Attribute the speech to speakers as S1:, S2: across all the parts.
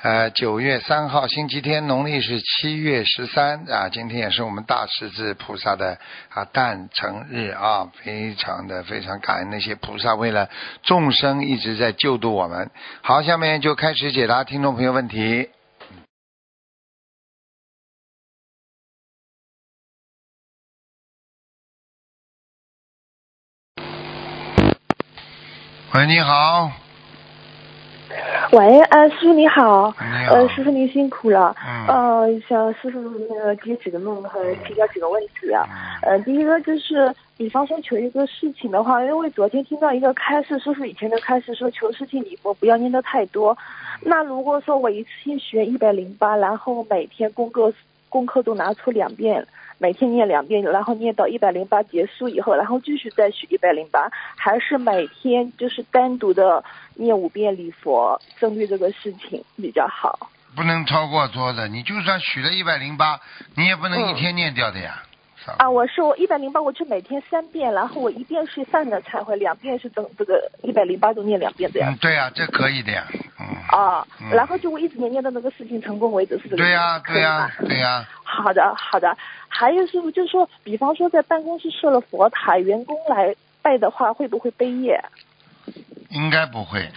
S1: 呃九月三号，星期天，农历是七月十三啊。今天也是我们大势至菩萨的啊诞辰日啊，非常的非常感恩那些菩萨为了众生一直在救度我们。好，下面就开始解答听众朋友问题。喂，你好，
S2: 喂，呃，师傅你好，
S1: 你好
S2: 呃，师傅您辛苦了，
S1: 嗯
S2: 呃，想师傅那个接几个梦和提交几个问题啊，呃，第一个就是，比方说求一个事情的话，因为昨天听到一个开示，师傅以前的开示说求事情礼佛不要念得太多，那如果说我一次性学一百零八，然后每天功课功课都拿出两遍，每天念两遍，然后念到一百零八结束以后，然后继续再学一百零八，还是每天就是单独的念五遍礼佛，针对这个事情比较好。
S1: 不能超过多的，你就算许了一百零八，你也不能
S2: 嗯
S1: 一天念掉的呀。少
S2: 啊，我是我一百零八，我就每天三遍，然后我一遍是散着忏悔，两遍是整这个一百零八都念两遍这样
S1: 嗯，。对呀、这可以的呀。嗯，
S2: 啊
S1: 嗯，
S2: 然后就我一直念念到那个事情成功为止，是这个
S1: 对
S2: 意思
S1: 呀、
S2: 可以
S1: 对呀、
S2: 吧
S1: 对啊呀、
S2: 好的，好的。还有师傅，就是说，比方说在办公室设了佛台，员工来拜的话，会不会背业？
S1: 应该不会，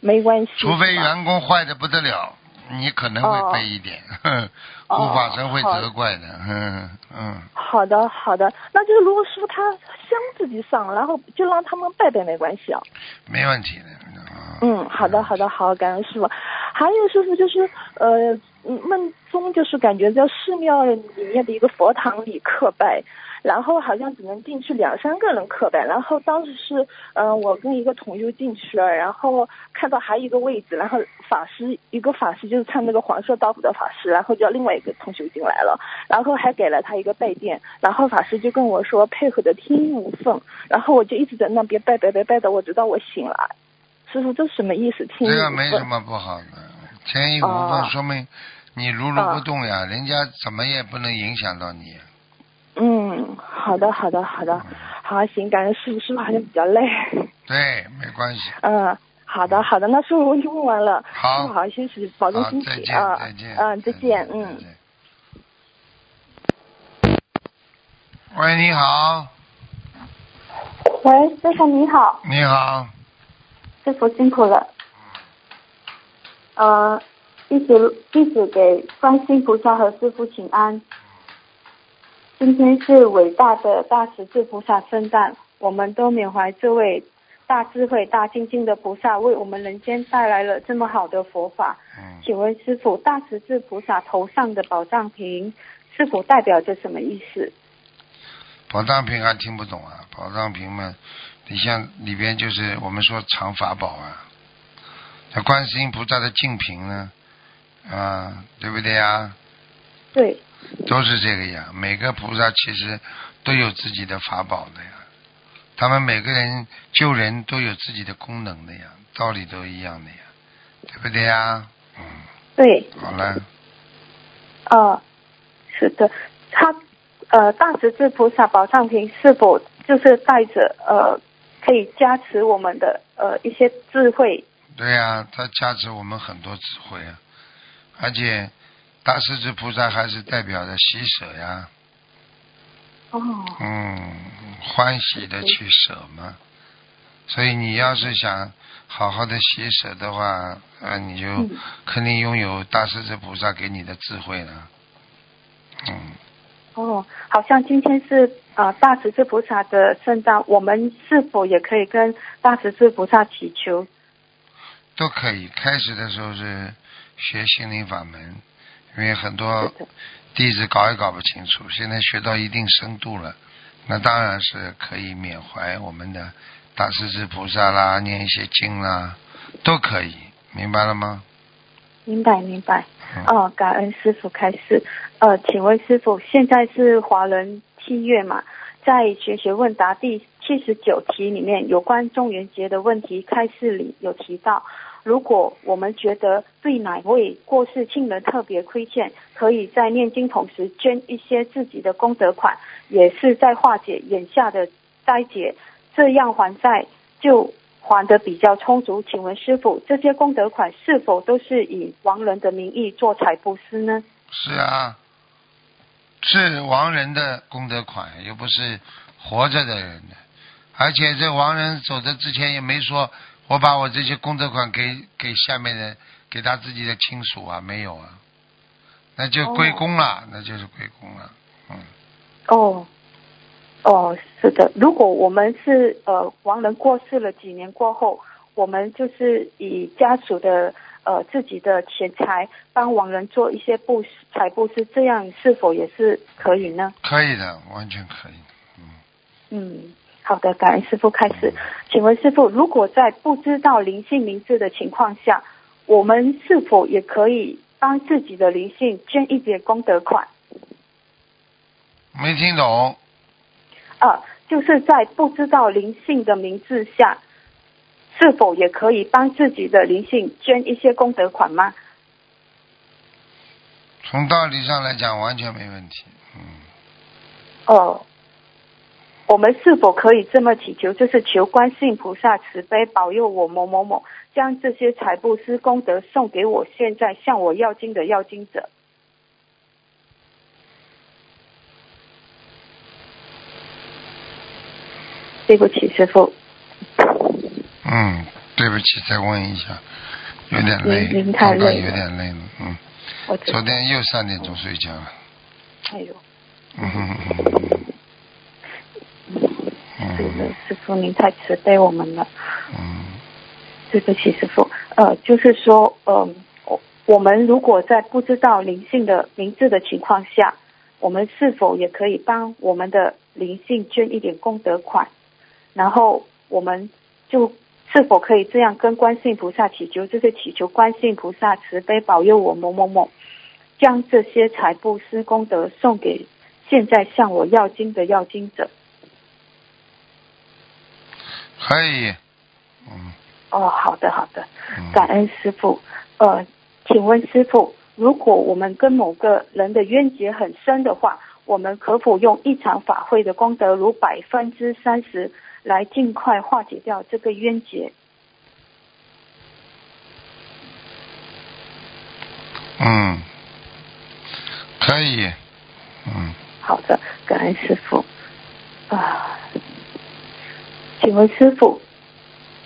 S2: 没关系，
S1: 除非
S2: 是吧
S1: 员工坏的不得了，你可能会背一点，哼
S2: 哦
S1: 护法神会责怪的。嗯嗯，
S2: 好的，好的。那就是如果师傅他香自己上，然后就让他们拜拜，没关系啊。
S1: 没问题的。嗯
S2: 嗯，好的，好的，好，感恩师傅。还有师傅就是，呃，嗯梦中就是感觉在寺庙里面的一个佛堂里叩拜，然后好像只能进去两三个人叩拜。然后当时是，嗯、我跟一个同修进去了，然后看到还有一个位置，然后法师一个法师就是穿那个黄色道服的法师，然后叫另外一个同修进来了，然后还给了他一个拜垫，然后法师就跟我说配合的天衣无缝，然后我就一直在那边拜拜拜拜的，我直到我醒来。师傅，这什么意思？听
S1: 这
S2: 你
S1: 个没
S2: 问
S1: 什么不好的，天衣无缝
S2: 哦
S1: 说明你如如不动呀，人家怎么也不能影响到你。
S2: 嗯，好的，好的，好的，嗯好，行，感觉师傅师傅好像比较累。
S1: 对，没关系。
S2: 嗯，好的，好的，那师傅问题问完了，
S1: 好
S2: 师傅好好休息，保重
S1: 好，
S2: 身
S1: 再
S2: 体
S1: 见，
S2: 啊
S1: 再见，，
S2: 嗯，再见，嗯
S1: 再。见。喂，你好，
S3: 喂，师傅你好，
S1: 你好，
S3: 师傅辛苦了。呃，弟子弟子给观世音菩萨和师傅请安。今天是伟大的大十字菩萨圣诞，我们都缅怀这位大智慧、大精进的菩萨，为我们人间带来了这么好的佛法。
S1: 嗯，
S3: 请问师傅，大十字菩萨头上的宝藏瓶是否代表着什么意思？
S1: 宝藏瓶还听不懂啊？宝藏瓶嘛，你像里边就是我们说藏法宝啊，那观世音菩萨的净瓶呢，啊，对不对啊？
S3: 对，
S1: 都是这个呀。每个菩萨其实都有自己的法宝的呀，他们每个人救人都有自己的功能的呀，道理都一样的呀，对不对呀？嗯，
S3: 对，
S1: 好了，
S3: 呃，是的，他呃大十字菩萨宝藏瓶是否就是带着呃可以加持我们的呃一些智慧？
S1: 对呀，他加持我们很多智慧啊，而且大势至菩萨还是代表着喜舍呀，
S3: 哦，
S1: 嗯，欢喜的去舍嘛。所以你要是想好好的喜舍的话，啊，你就
S3: 嗯
S1: 肯定拥有大势至菩萨给你的智慧了。嗯，
S3: 哦，好像今天是呃大十字菩萨的圣诞，我们是否也可以跟大十字菩萨祈求？
S1: 都可以。开始的时候是学心灵法门，因为很多
S3: 是的
S1: 弟子搞也搞不清楚。现在学到一定深度了，那当然是可以缅怀我们的大势至菩萨啦，念一些经啦，都可以。明白了吗？
S3: 明白明白，
S1: 嗯
S3: 哦，感恩师傅开示。呃，请问师傅，现在是华人七月嘛？在《学学问答》第七十九题里面有关中元节的问题开示里有提到，如果我们觉得对哪位过世亲人特别亏欠，可以在念经同时捐一些自己的功德款，也是在化解眼下的灾劫，这样还债就还的比较充足。请问师傅，这些功德款是否都是以亡人的名义做财布施呢？
S1: 是啊，是亡人的功德款，又不是活着的人的。而且这亡人走的之前也没说，我把我这些功德款给给下面人，给他自己的亲属啊，没有啊，那就归公了，那就是归公了。嗯，
S3: 哦，哦，是的。如果我们是呃亡人过世了几年过后，我们就是以家属的呃自己的钱财帮亡人做一些布施财布施，这样是否也是可以呢？
S1: 可以的，完全可以。
S3: 嗯，好的，感恩师傅开始。请问师傅，如果在不知道灵性名字的情况下，我们是否也可以帮自己的灵性捐一点功德款？
S1: 没听懂？
S3: 二，就是在不知道灵性的名字下，是否也可以帮自己的灵性捐一些功德款吗？
S1: 从道理上来讲，完全没问题。嗯。
S3: 哦，我们是否可以这么祈求？就是求观世音菩萨慈悲保佑我某某某，将这些财布施功德送给我现在向我要经的要经者。对不起，师傅，
S1: 嗯，对不起，再问一下，有点累，
S3: 您
S1: 刚
S3: 您太
S1: 刚
S3: 累
S1: 有
S3: 了
S1: 点累了，嗯，
S3: 我知
S1: 昨天又三点钟睡觉了，
S3: 哎呦，
S1: 嗯哼哼哼哼
S3: 对的
S1: 嗯，
S3: 师傅您太慈悲我们了。
S1: 嗯，
S3: 对不起，师傅，呃，就是说，嗯、我我们如果在不知道灵性的名字的情况下，我们是否也可以帮我们的灵性捐一点功德款？然后我们就是否可以这样跟观世音菩萨祈求，就是祈求观世音菩萨慈悲保佑我某某某，将这些财布施功德送给现在向我要经的要经者。
S1: 可以，嗯
S3: 哦，好的，好的。感
S1: 嗯，
S3: 恩师傅。呃，请问师傅，如果我们跟某个人的冤结很深的话，我们可否用一场法会的功德，如百分之三十，来尽快化解掉这个冤结？
S1: 嗯，可以，嗯，
S3: 好的，感恩师傅。啊，请问师傅，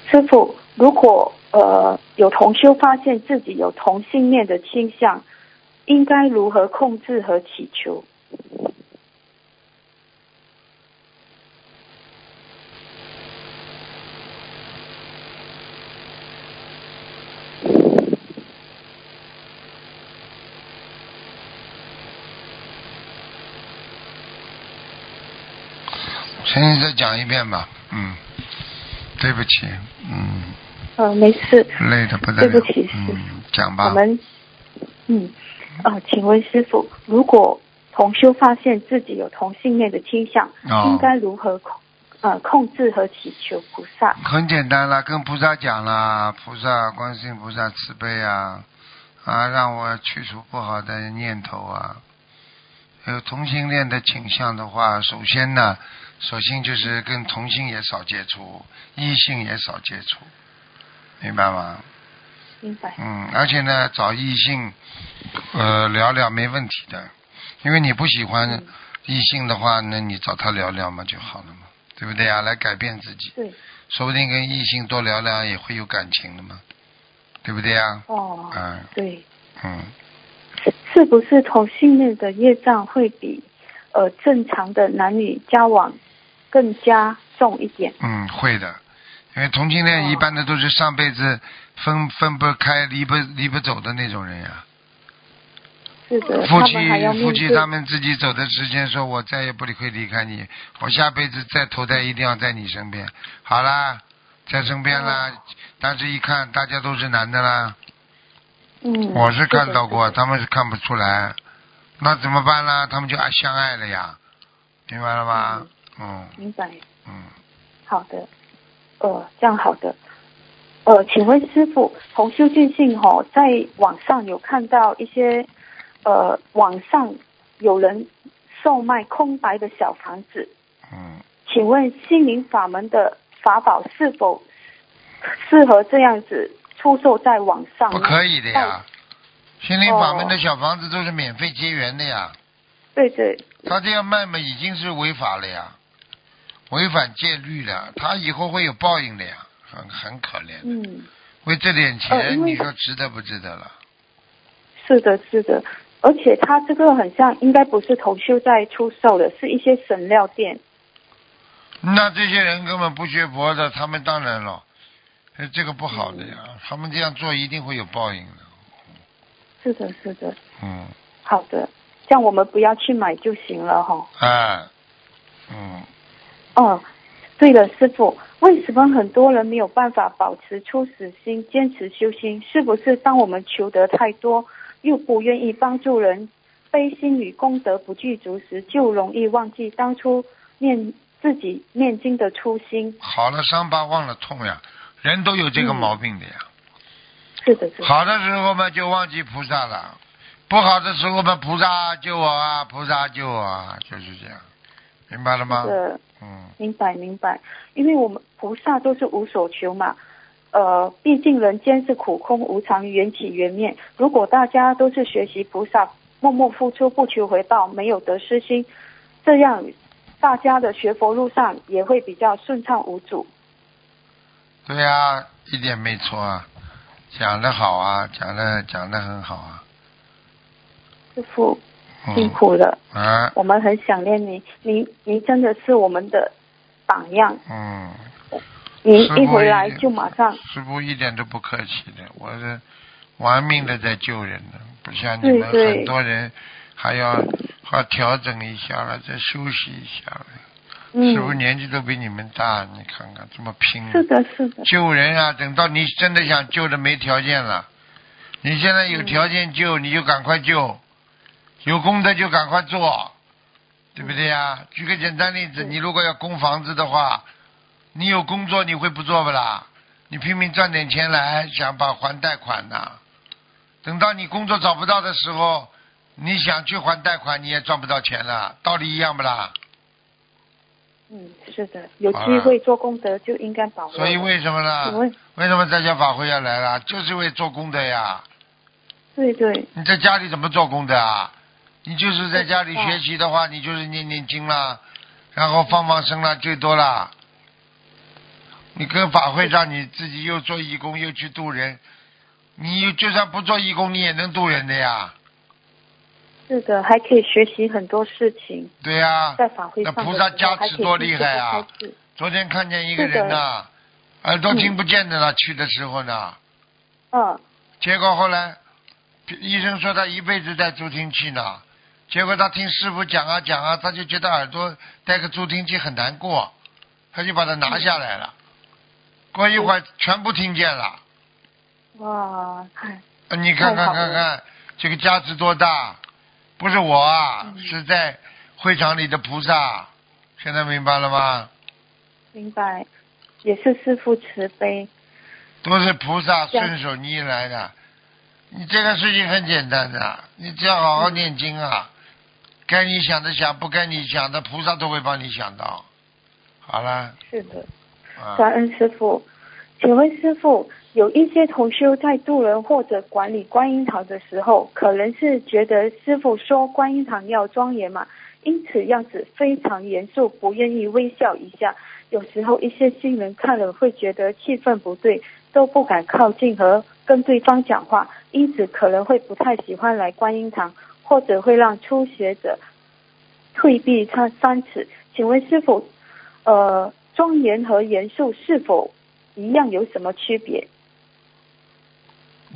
S3: 师傅，如果呃有同修发现自己有同性恋的倾向，应该如何控制和祈求？
S1: 重新再讲一遍吧，嗯，对不起，嗯，
S3: 呃，没事。
S1: 累的不得了，
S3: 对不起师傅
S1: 嗯，讲
S3: 我
S1: 吧，
S3: 们，嗯，呃，请问师傅，如果同修发现自己有同性恋的倾向，
S1: 哦
S3: 应该如何控呃控制和祈求菩萨？
S1: 很简单啦，跟菩萨讲啦，菩萨观世音菩萨慈悲啊，啊，让我去除不好的念头啊。有同性恋的倾向的话，首先呢，首先就是跟同性也少接触，异性也少接触，明白吗？
S3: 明白？
S1: 嗯，而且呢，找异性，呃，聊聊没问题的，因为你不喜
S3: 嗯
S1: 欢异性的话，那你找他聊聊嘛就好了嘛，对不对啊？来改变自己。
S3: 对，
S1: 说不定跟异性多聊聊也会有感情的嘛，对不对呀？
S3: 哦，
S1: 嗯
S3: 对，
S1: 嗯，
S3: 是是不是同性恋的业障会比呃正常的男女交往更加重一点？
S1: 嗯，会的，因为同性恋
S3: 哦
S1: 一般的都是上辈子分分不开、离不离不走的那种人呀、
S3: 是的，
S1: 夫
S3: 他
S1: 妻
S3: 们还要
S1: 夫
S3: 面
S1: 妻
S3: 对
S1: 他们自己走的之前说，我再也不会离开你，我下辈子再投胎一定要在你身边。好啦，在身边啦，
S3: 哦
S1: 但是一看大家都是男的啦，
S3: 嗯，
S1: 我是看到过，
S3: 是的
S1: 他们是看不出来，那怎么办啦？他们就爱相爱了呀，明白了吧？嗯
S3: 明白。
S1: 嗯，
S3: 好的，呃，这样好的。呃，请问师傅，同修进信吼、在网上有看到一些，呃，网上有人售卖空白的小房子，
S1: 嗯，
S3: 请问心灵法门的法宝是否适合这样子出售在网上呢？
S1: 不可以的呀。心灵法门的
S3: 哦
S1: 小房子都是免费结缘的呀，
S3: 对对，
S1: 他这样卖嘛已经是违法了呀，违反戒律了，他以后会有报应的呀，很很可怜。
S3: 嗯，
S1: 为这点
S3: 呃
S1: 钱，
S3: 因为
S1: 你说值得不值得了？
S3: 是的，是的。而且它这个很像，应该不是同修在出售的，是一些神料店。
S1: 那这些人根本不学佛的，他们当然了，呃这个不好的呀，
S3: 嗯
S1: 他们这样做一定会有报应的。
S3: 是的，是的。
S1: 嗯，
S3: 好的，这样我们不要去买就行了哈。
S1: 哎，嗯，
S3: 哦，对了，师傅，为什么很多人没有办法保持初始心，坚持修心？是不是当我们求得太多，又不愿意帮助人，悲心与功德不具足时，就容易忘记当初念自己念经的初心？
S1: 好了，伤疤忘了痛呀，人都有这个
S3: 嗯
S1: 毛病的呀。
S3: 是的，是的。
S1: 好的时候嘛，就忘记菩萨了；不好的时候嘛，菩萨救我啊，菩萨救我啊，就是这样，明白了吗？
S3: 是
S1: 嗯，
S3: 明白明白，因为我们菩萨都是无所求嘛，呃，毕竟人间是苦空无常，缘起缘灭。如果大家都是学习菩萨，默默付出，不求回报，没有得失心，这样大家的学佛路上也会比较顺畅无阻。
S1: 对呀、一点没错啊，讲的好啊，讲的讲的很好啊。
S3: 师傅辛
S1: 嗯
S3: 苦了，
S1: 啊，
S3: 我们很想念你，您您真的是我们的榜样，
S1: 嗯，
S3: 您
S1: 师
S3: 一
S1: 傅
S3: 回
S1: 一
S3: 来就马上。
S1: 师傅一点都不客气的，我是玩命的在救人的，不像你
S3: 对
S1: 们
S3: 对
S1: 很多人还要还调整一下了，再休息一下了。
S3: 嗯
S1: 师，傅年纪都比你们大，你看看这么拼啊。
S3: 是的，是的，
S1: 救人啊，等到你真的想救的没条件了，你现在有条件救，你就赶快救，有功德就赶快做，对不对呀？举个简单例子，你如果要供房子的话，你有工作你会不做不啦？你拼命赚点钱来，想把还贷款呐、等到你工作找不到的时候，你想去还贷款，你也赚不到钱了，道理一样不啦？
S3: 嗯，是的，有
S1: 好
S3: 机
S1: 了
S3: 会做功德就应该把握。
S1: 所以为什么呢
S3: 请？问
S1: 为什么大家法会要来了？就是为做功德呀。
S3: 对对，
S1: 你在家里怎么做功德啊？你就是在家里
S3: 我知道
S1: 学习的话，你就是念念经啦，然后放放生啦，最多啦。你跟法会上你自己又做义工又去度人，你就算不做义工你也能度人的呀，
S3: 是的，还可以学习很多事情，
S1: 对呀、
S3: 在法会
S1: 啊那
S3: 上的
S1: 菩萨
S3: 时候
S1: 加
S3: 还
S1: 持
S3: 可以
S1: 多
S3: 自
S1: 厉
S3: 己
S1: 害
S3: 开
S1: 啊
S3: 智！
S1: 昨天看见一个人
S3: 是
S1: 呐、耳朵
S3: 嗯
S1: 听不见的了，去的时候呢，
S3: 嗯，
S1: 结果后来医生说他一辈子戴助听器呢，结果他听师傅讲啊讲啊，他就觉得耳朵戴个助听器很难过，他就把它拿下来了。过一会儿全部听见了，
S3: 哇，哎
S1: 呃你看
S3: 太
S1: 看
S3: 好
S1: 看
S3: 了
S1: 看，这个价值多大？不是我啊，
S3: 嗯
S1: 是在会场里的菩萨。现在明白了吗？
S3: 明白，也是师父慈悲，
S1: 都是菩萨
S3: 这样
S1: 顺手拈来的。你这个事情很简单的，你只要好好念经啊，该你想的想，不该你想的，菩萨都会帮你想到。好了，
S3: 是的，
S1: 啊，
S3: 感恩师父。请问师父，有一些同修在渡人或者管理观音堂的时候，可能是觉得师父说观音堂要庄严嘛，因此样子非常严肃，不愿意微笑一下。有时候一些新人看了会觉得气氛不对，都不敢靠近和跟对方讲话，因此可能会不太喜欢来观音堂，或者会让初学者退避他三尺。请问师傅，呃，庄严和严肃是否一样有什么区别？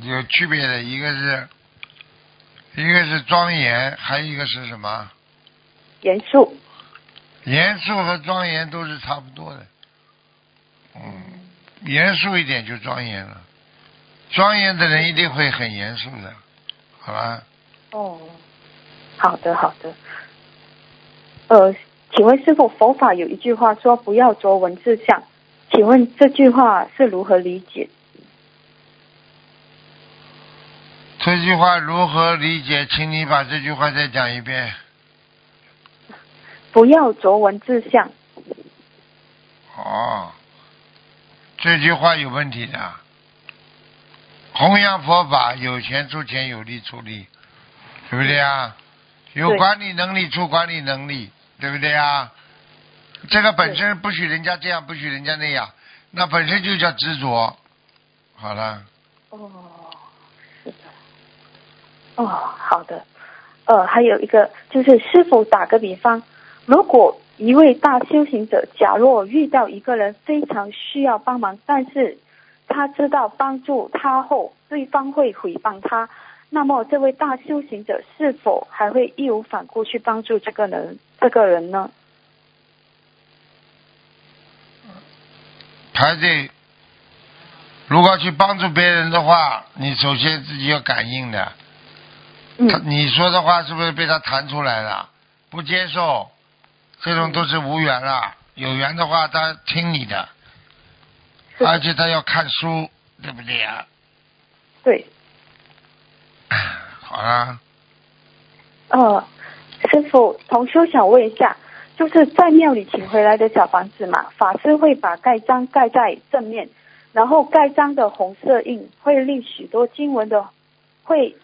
S1: 有区别的，一个是，一个是庄严，还有一个是什么？
S3: 严肃，
S1: 严肃和庄严都是差不多的。嗯，严肃一点就庄严了，庄严的人一定会很严肃的。好了。
S3: 哦，好的好的。呃，请问师傅，佛法有一句话说不要着文字相，请问这句话是如何理解？
S1: 这句话如何理解？请你把这句话再讲一遍。
S3: 不要着文字相，
S1: 哦，这句话有问题的。弘扬佛法，有钱出钱，有力出力，对不对啊？有
S3: 对
S1: 管理能力出管理能力，对不对啊？这个本身不许人家这样，不许人家那样，那本身就叫执着。好了，
S3: 哦，是的。哦，好的。呃，还有一个就是，师傅打个比方，如果一位大修行者，假若遇到一个人非常需要帮忙，但是他知道帮助他后，对方会毁谤他，那么这位大修行者是否还会义无反顾去帮助这个人这个人呢？
S1: 排队，如果去帮助别人的话，你首先自己要感应的。
S3: 嗯
S1: 他你说的话是不是被他弹出来了？不接受，这种都是无缘了。有缘的话，他听你的，
S3: 是的
S1: 而且他要看书，对不对 呀、
S3: 对，
S1: 好啦，
S3: 呃，师傅，同修想问一下，就是在庙里请回来的小房子嘛，法师会把盖章盖在正面，然后盖章的红色印会令许多经文的会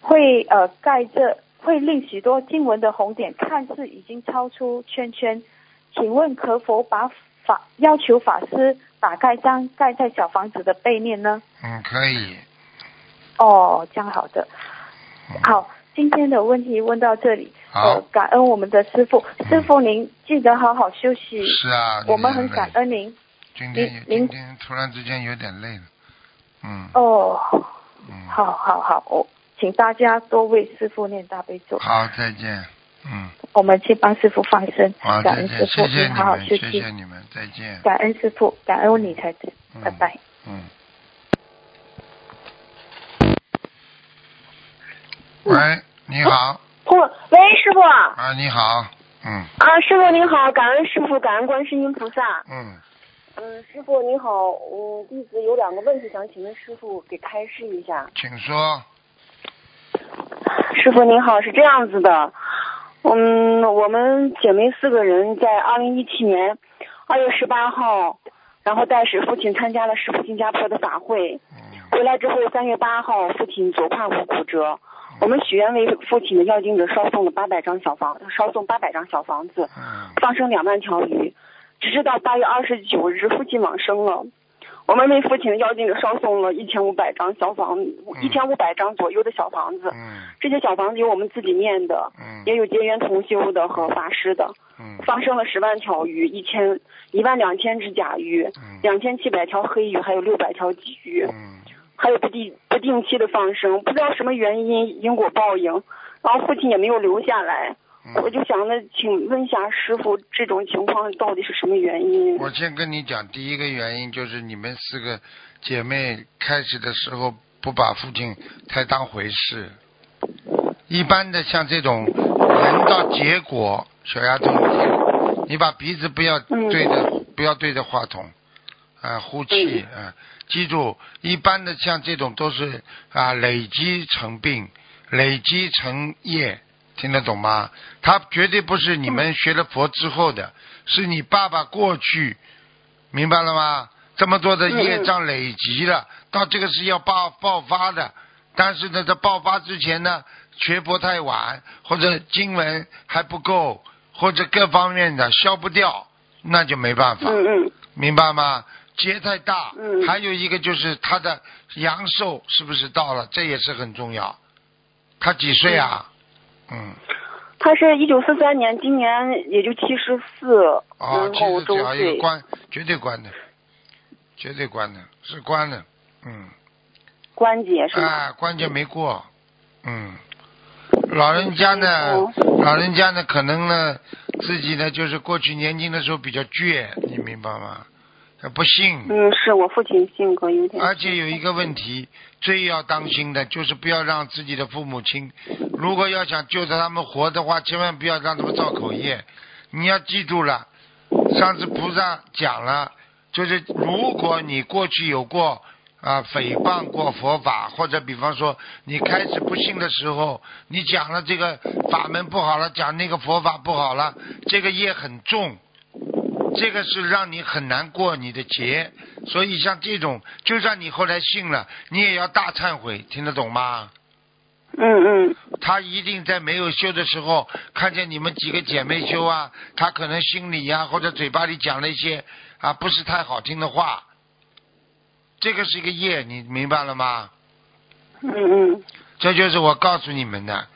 S3: 会呃盖着，会令许多经文的红点看似已经超出圈圈，请问可否把法要求法师把盖章盖在小房子的背面呢？
S1: 嗯，可以。
S3: 哦，这样好的。
S1: 嗯
S3: 好，今天的问题问到这里。
S1: 好
S3: 呃，感恩我们的师傅，师傅您记得好好休息。
S1: 是啊，
S3: 我们
S1: 有
S3: 很
S1: 点
S3: 感
S1: 累。
S3: 恩您。
S1: 今天有
S3: 您
S1: 今
S3: 您
S1: 天突然之间有点累了，嗯
S3: 哦，
S1: 嗯，
S3: 好好好，哦，请大家多为师傅念大悲咒，
S1: 好，再见，嗯，
S3: 我们去帮师傅放生。
S1: 好，
S3: 感
S1: 啊再
S3: 恩
S1: 见，
S3: 师傅，
S1: 谢谢
S3: 您
S1: 你
S3: 好好
S1: 们，
S3: 休
S1: 谢
S3: 息
S1: 谢。你们，再见，
S3: 感恩师傅，感恩你才子，
S1: 嗯
S3: 拜拜。
S1: 嗯。喂，你好，
S4: 哦，喂，师傅啊，
S1: 啊，你好，嗯
S4: 师傅您好，感恩师傅，感恩观世音菩萨。
S1: 嗯，
S4: 嗯，师傅您好，嗯，弟子有两个问题想请问师傅给开示一下。
S1: 请说，
S4: 师傅您好，是这样子的，嗯，我们姐妹四个人在二零一七年二月十八号，然后带师父亲参加了师傅新加坡的法会，
S1: 嗯
S4: 回来之后三月八号，父亲左胯骨骨折，我们许愿为父亲的要经者烧送了八百张小房，烧送八百张小房子。
S1: 嗯
S4: 放生两万条鱼，直至到八月二十九日，父亲往生了。我们为父亲的要经者烧送了一千五百张小房，一千五百张左右的小房子。
S1: 嗯
S4: 这些小房子有我们自己念的，
S1: 嗯
S4: 也有结缘同修的和法师的。
S1: 嗯
S4: 放生了十万条鱼，一千一万两千只甲鱼，
S1: 嗯
S4: 两千七百条黑鱼，还有六百条鲫鱼，
S1: 嗯，
S4: 还有不定不定期的放生，不知道什么原因因果报应，然后父亲也没有留下来。
S1: 嗯
S4: 我就想着，请问一下师傅，这种情况到底是什么原因？
S1: 我先跟你讲，第一个原因就是你们四个姐妹开始的时候不把父亲太当回事。一般的像这种人到结果，小丫头，你把鼻子不要对着，不要对着话筒，啊、呼气，啊、记住，一般的像这种都是啊、累积成病，累积成业，听得懂吗？他绝对不是你
S4: 嗯
S1: 们学了佛之后的，是你爸爸过去，明白了吗？这么多的
S4: 嗯
S1: 业障累积了，到这个是要爆爆发的，但是呢，在爆发之前呢，学佛太晚，或者经文还不够，或者各方面的消不掉，那就没办法。
S4: 嗯嗯
S1: 明白吗？劫太大，
S4: 嗯
S1: 还有一个就是他的阳寿是不是到了，这也是很重要。他几岁啊？嗯，
S4: 他是一九四三年，今年也就七十四，
S1: 哦，
S4: 然
S1: 其
S4: 后
S1: 实
S4: 周
S1: 只要一
S4: 岁
S1: 个。关，绝对关的，绝对关的，是关的，嗯，
S4: 关节是吗？
S1: 啊，关键没过，嗯，老人家呢，
S4: 嗯
S1: 老人家呢，可能呢，自己呢，就是过去年轻的时候比较倔，你明白吗？不信，
S4: 嗯，是我父亲性格有点。
S1: 而且有一个问题，最要当心的就是不要让自己的父母亲，如果要想救着他们活的话，千万不要让他们造口业。你要记住了，上次菩萨讲了，就是如果你过去有过啊诽谤过佛法，或者比方说你开始不信的时候，你讲了这个法门不好了，讲那个佛法不好了，这个业很重。这个是让你很难过你的劫，所以像这种，就算你后来信了，你也要大忏悔，听得懂吗？
S4: 嗯嗯
S1: 他一定在没有修的时候，看见你们几个姐妹修啊，他可能心里呀、或者嘴巴里讲了一些啊不是太好听的话，这个是一个业，你明白了吗？
S4: 嗯嗯
S1: 这就是我告诉你们的。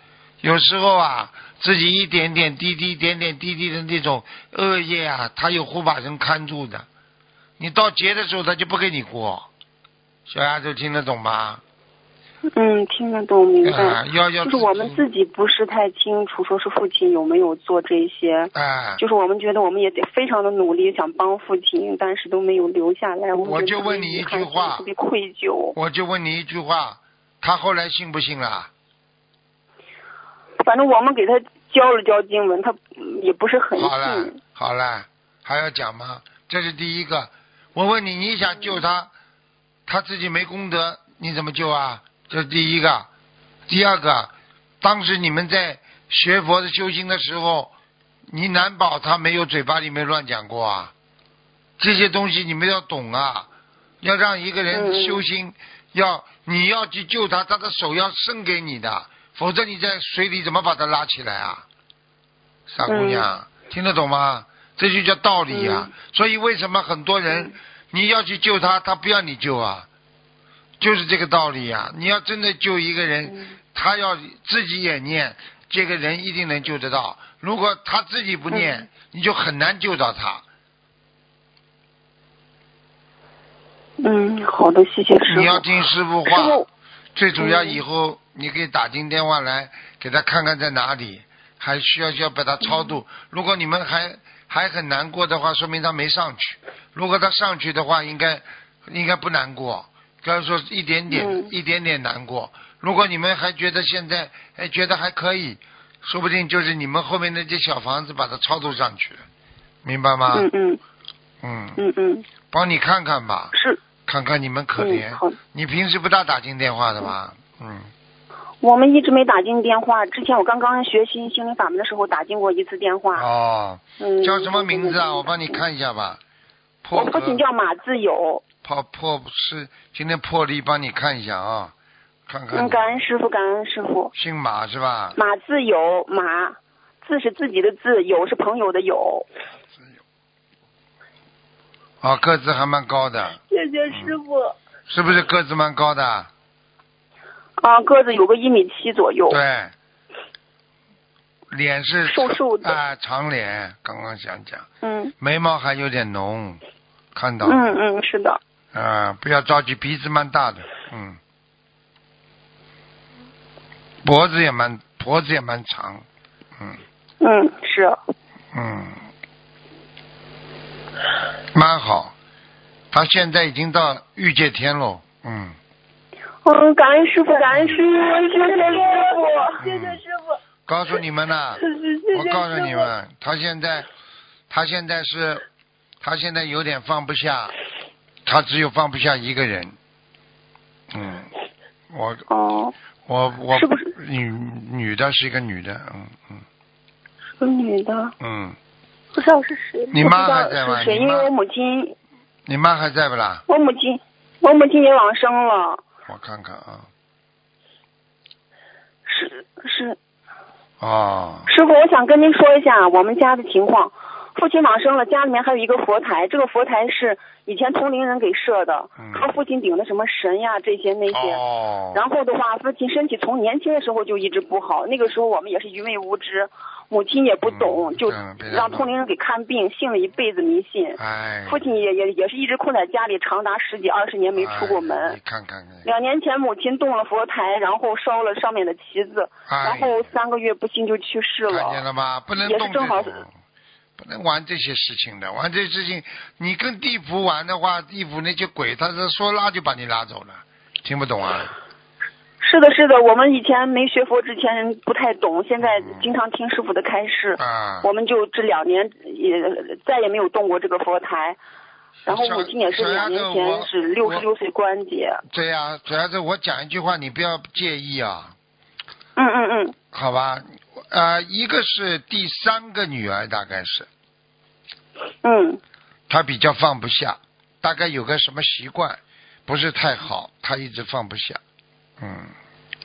S1: 有时候啊，自己一点点滴滴、点点滴滴的那种恶业啊，他有护法神看住的。你到劫的时候，他就不给你过。小丫头听得懂吗？
S4: 嗯，听得懂明白。
S1: 啊，要要
S4: 就是我们自己不是太清楚，说是父亲有没有做这些，
S1: 啊，
S4: 就是我们觉得我们也得非常的努力，想帮父亲，但是都没有留下来。我
S1: 我
S4: 们觉
S1: 就
S4: 得特别
S1: 问你一
S4: 遗
S1: 句
S4: 憾
S1: 话
S4: 特别愧疚。
S1: 我就问你一句话，他后来信不信啦？
S4: 反正我们给他教了教经文，他嗯也不是很
S1: 好了
S4: 信。，
S1: 好了，还要讲吗？这是第一个。我问你，你想救他，他自己没功德，你怎么救啊？这是第一个。第二个，当时你们在学佛的修行的时候，你难保他没有嘴巴里面乱讲过啊。这些东西你们要懂啊，要让一个人
S4: 嗯
S1: 修心，要你要去救他，他的手要伸给你的，否则你在水里怎么把他拉起来啊？傻姑娘，听得懂吗？这就叫道理呀、啊
S4: 嗯
S1: 所以为什么很多人、你要去救他，他不要你救啊？就是这个道理呀、你要真的救一个人，
S4: 嗯
S1: 他要自己也念，这个人一定能救得到。如果他自己不念，你就很难救到他。
S4: 嗯，好的，谢谢师傅。
S1: 你要听师傅
S4: 师
S1: 话，
S4: 傅，
S1: 最主要以
S4: 哦
S1: 后你可以打进电话来，给他看看在哪里，还需要需要把他超度。
S4: 嗯
S1: 如果你们还还很难过的话，说明他没上去；如果他上去的话，应该应该不难过，刚才说一点点、
S4: 嗯
S1: 一点点难过。如果你们还觉得现在哎觉得还可以，说不定就是你们后面那些小房子把它超度上去了，明白吗？
S4: 嗯嗯
S1: 嗯
S4: 嗯嗯，
S1: 帮你看看吧，
S4: 是，
S1: 看看你们可
S4: 嗯，
S1: 怜。
S4: 好。
S1: 你平时不大打进电话的吧？嗯。
S4: 我们一直没打进电话，之前我刚刚学习心灵法门的时候打进过一次电话。
S1: 哦，
S4: 嗯，
S1: 叫什么名字啊？我帮你
S4: 看。
S1: 看一下吧。破
S4: 我父亲叫马自友。
S1: 破破是今天破例帮你看一下啊，看看
S4: 嗯，
S1: 你
S4: 感恩师傅，感恩师傅。
S1: 姓马是吧？
S4: 马自友，马字是自己的字，友是朋友的友。
S1: 啊，个子还蛮高的，
S2: 谢谢师傅。
S4: 嗯
S1: 是不是个子蛮高的？
S4: 啊，个子有个一米七左右。
S1: 对，脸是
S4: 瘦瘦的
S1: 啊，长脸，刚刚想讲，
S4: 嗯
S1: 眉毛还有点浓，看到
S4: 嗯嗯，是的。
S1: 啊，不要着急，鼻子蛮大的，嗯，脖子也蛮脖子也蛮长，嗯
S4: 嗯，是。
S1: 嗯，蛮好。他现在已经到御界天喽，嗯，
S4: 嗯，感恩师傅，感恩师傅，谢谢师傅。
S2: 谢谢师傅，
S1: 告诉你们呐、
S2: 谢谢
S1: 我告诉你们，他现在他现在是他现在有点放不下，他只有放不下一个人，嗯，我
S4: 哦，
S1: 我我
S4: 是不是
S1: 女女的是一个女的，嗯嗯
S4: 是女的，
S1: 嗯，
S4: 不知道是谁。
S1: 你妈还在吗
S4: 不知道是谁？
S1: 你
S4: 因
S1: 妈
S4: 为我母亲，
S1: 你妈还在不啦？
S4: 我母亲，我母亲也往生了，
S1: 我看看啊，
S4: 是是。
S1: 哦，
S4: 师傅，我想跟您说一下我们家的情况。父亲往生了，家里面还有一个佛台，这个佛台是以前同龄人给设的
S1: 嗯，
S4: 说父亲顶的什么神呀这些那些。
S1: 哦，
S4: 然后的话，父亲身体从年轻的时候就一直不好，那个时候我们也是愚昧无知，母亲也不懂，
S1: 嗯
S4: 就
S1: 嗯别
S4: 让
S1: 弄
S4: 同龄人给看病，信了一辈子迷信。
S1: 哎，
S4: 父亲也也也是一直困在家里，长达十几二十年没出过门。
S1: 哎你看看看，
S4: 两年前，母亲动了佛台，然后烧了上面的旗子，
S1: 哎
S4: 然后三个月不幸就去世
S1: 看见
S4: 了。
S1: 了吗？不能
S4: 也是
S1: 动这
S4: 正好
S1: 种，不能玩这些事情的。玩这些事情，你跟地府玩的话，地府那些鬼，他是说拉就把你拉走了，听不懂啊？
S4: 是的，是的，我们以前没学佛之前不太懂，现在经常听师傅的开示，
S1: 啊，
S4: 我们就这两年也再也没有动过这个佛台。然后
S1: 小
S4: 母亲也是
S1: 小丫
S4: 两
S1: 头
S4: 年
S1: 我
S4: 前是六
S1: 我
S4: 十六岁关节。
S1: 对呀、主要是我讲一句话，你不要介意啊，
S4: 嗯嗯嗯，
S1: 好吧？呃，一个是第三个女儿，大概是
S4: 嗯，
S1: 她比较放不下，大概有个什么习惯不是太好，她一直放不下。嗯，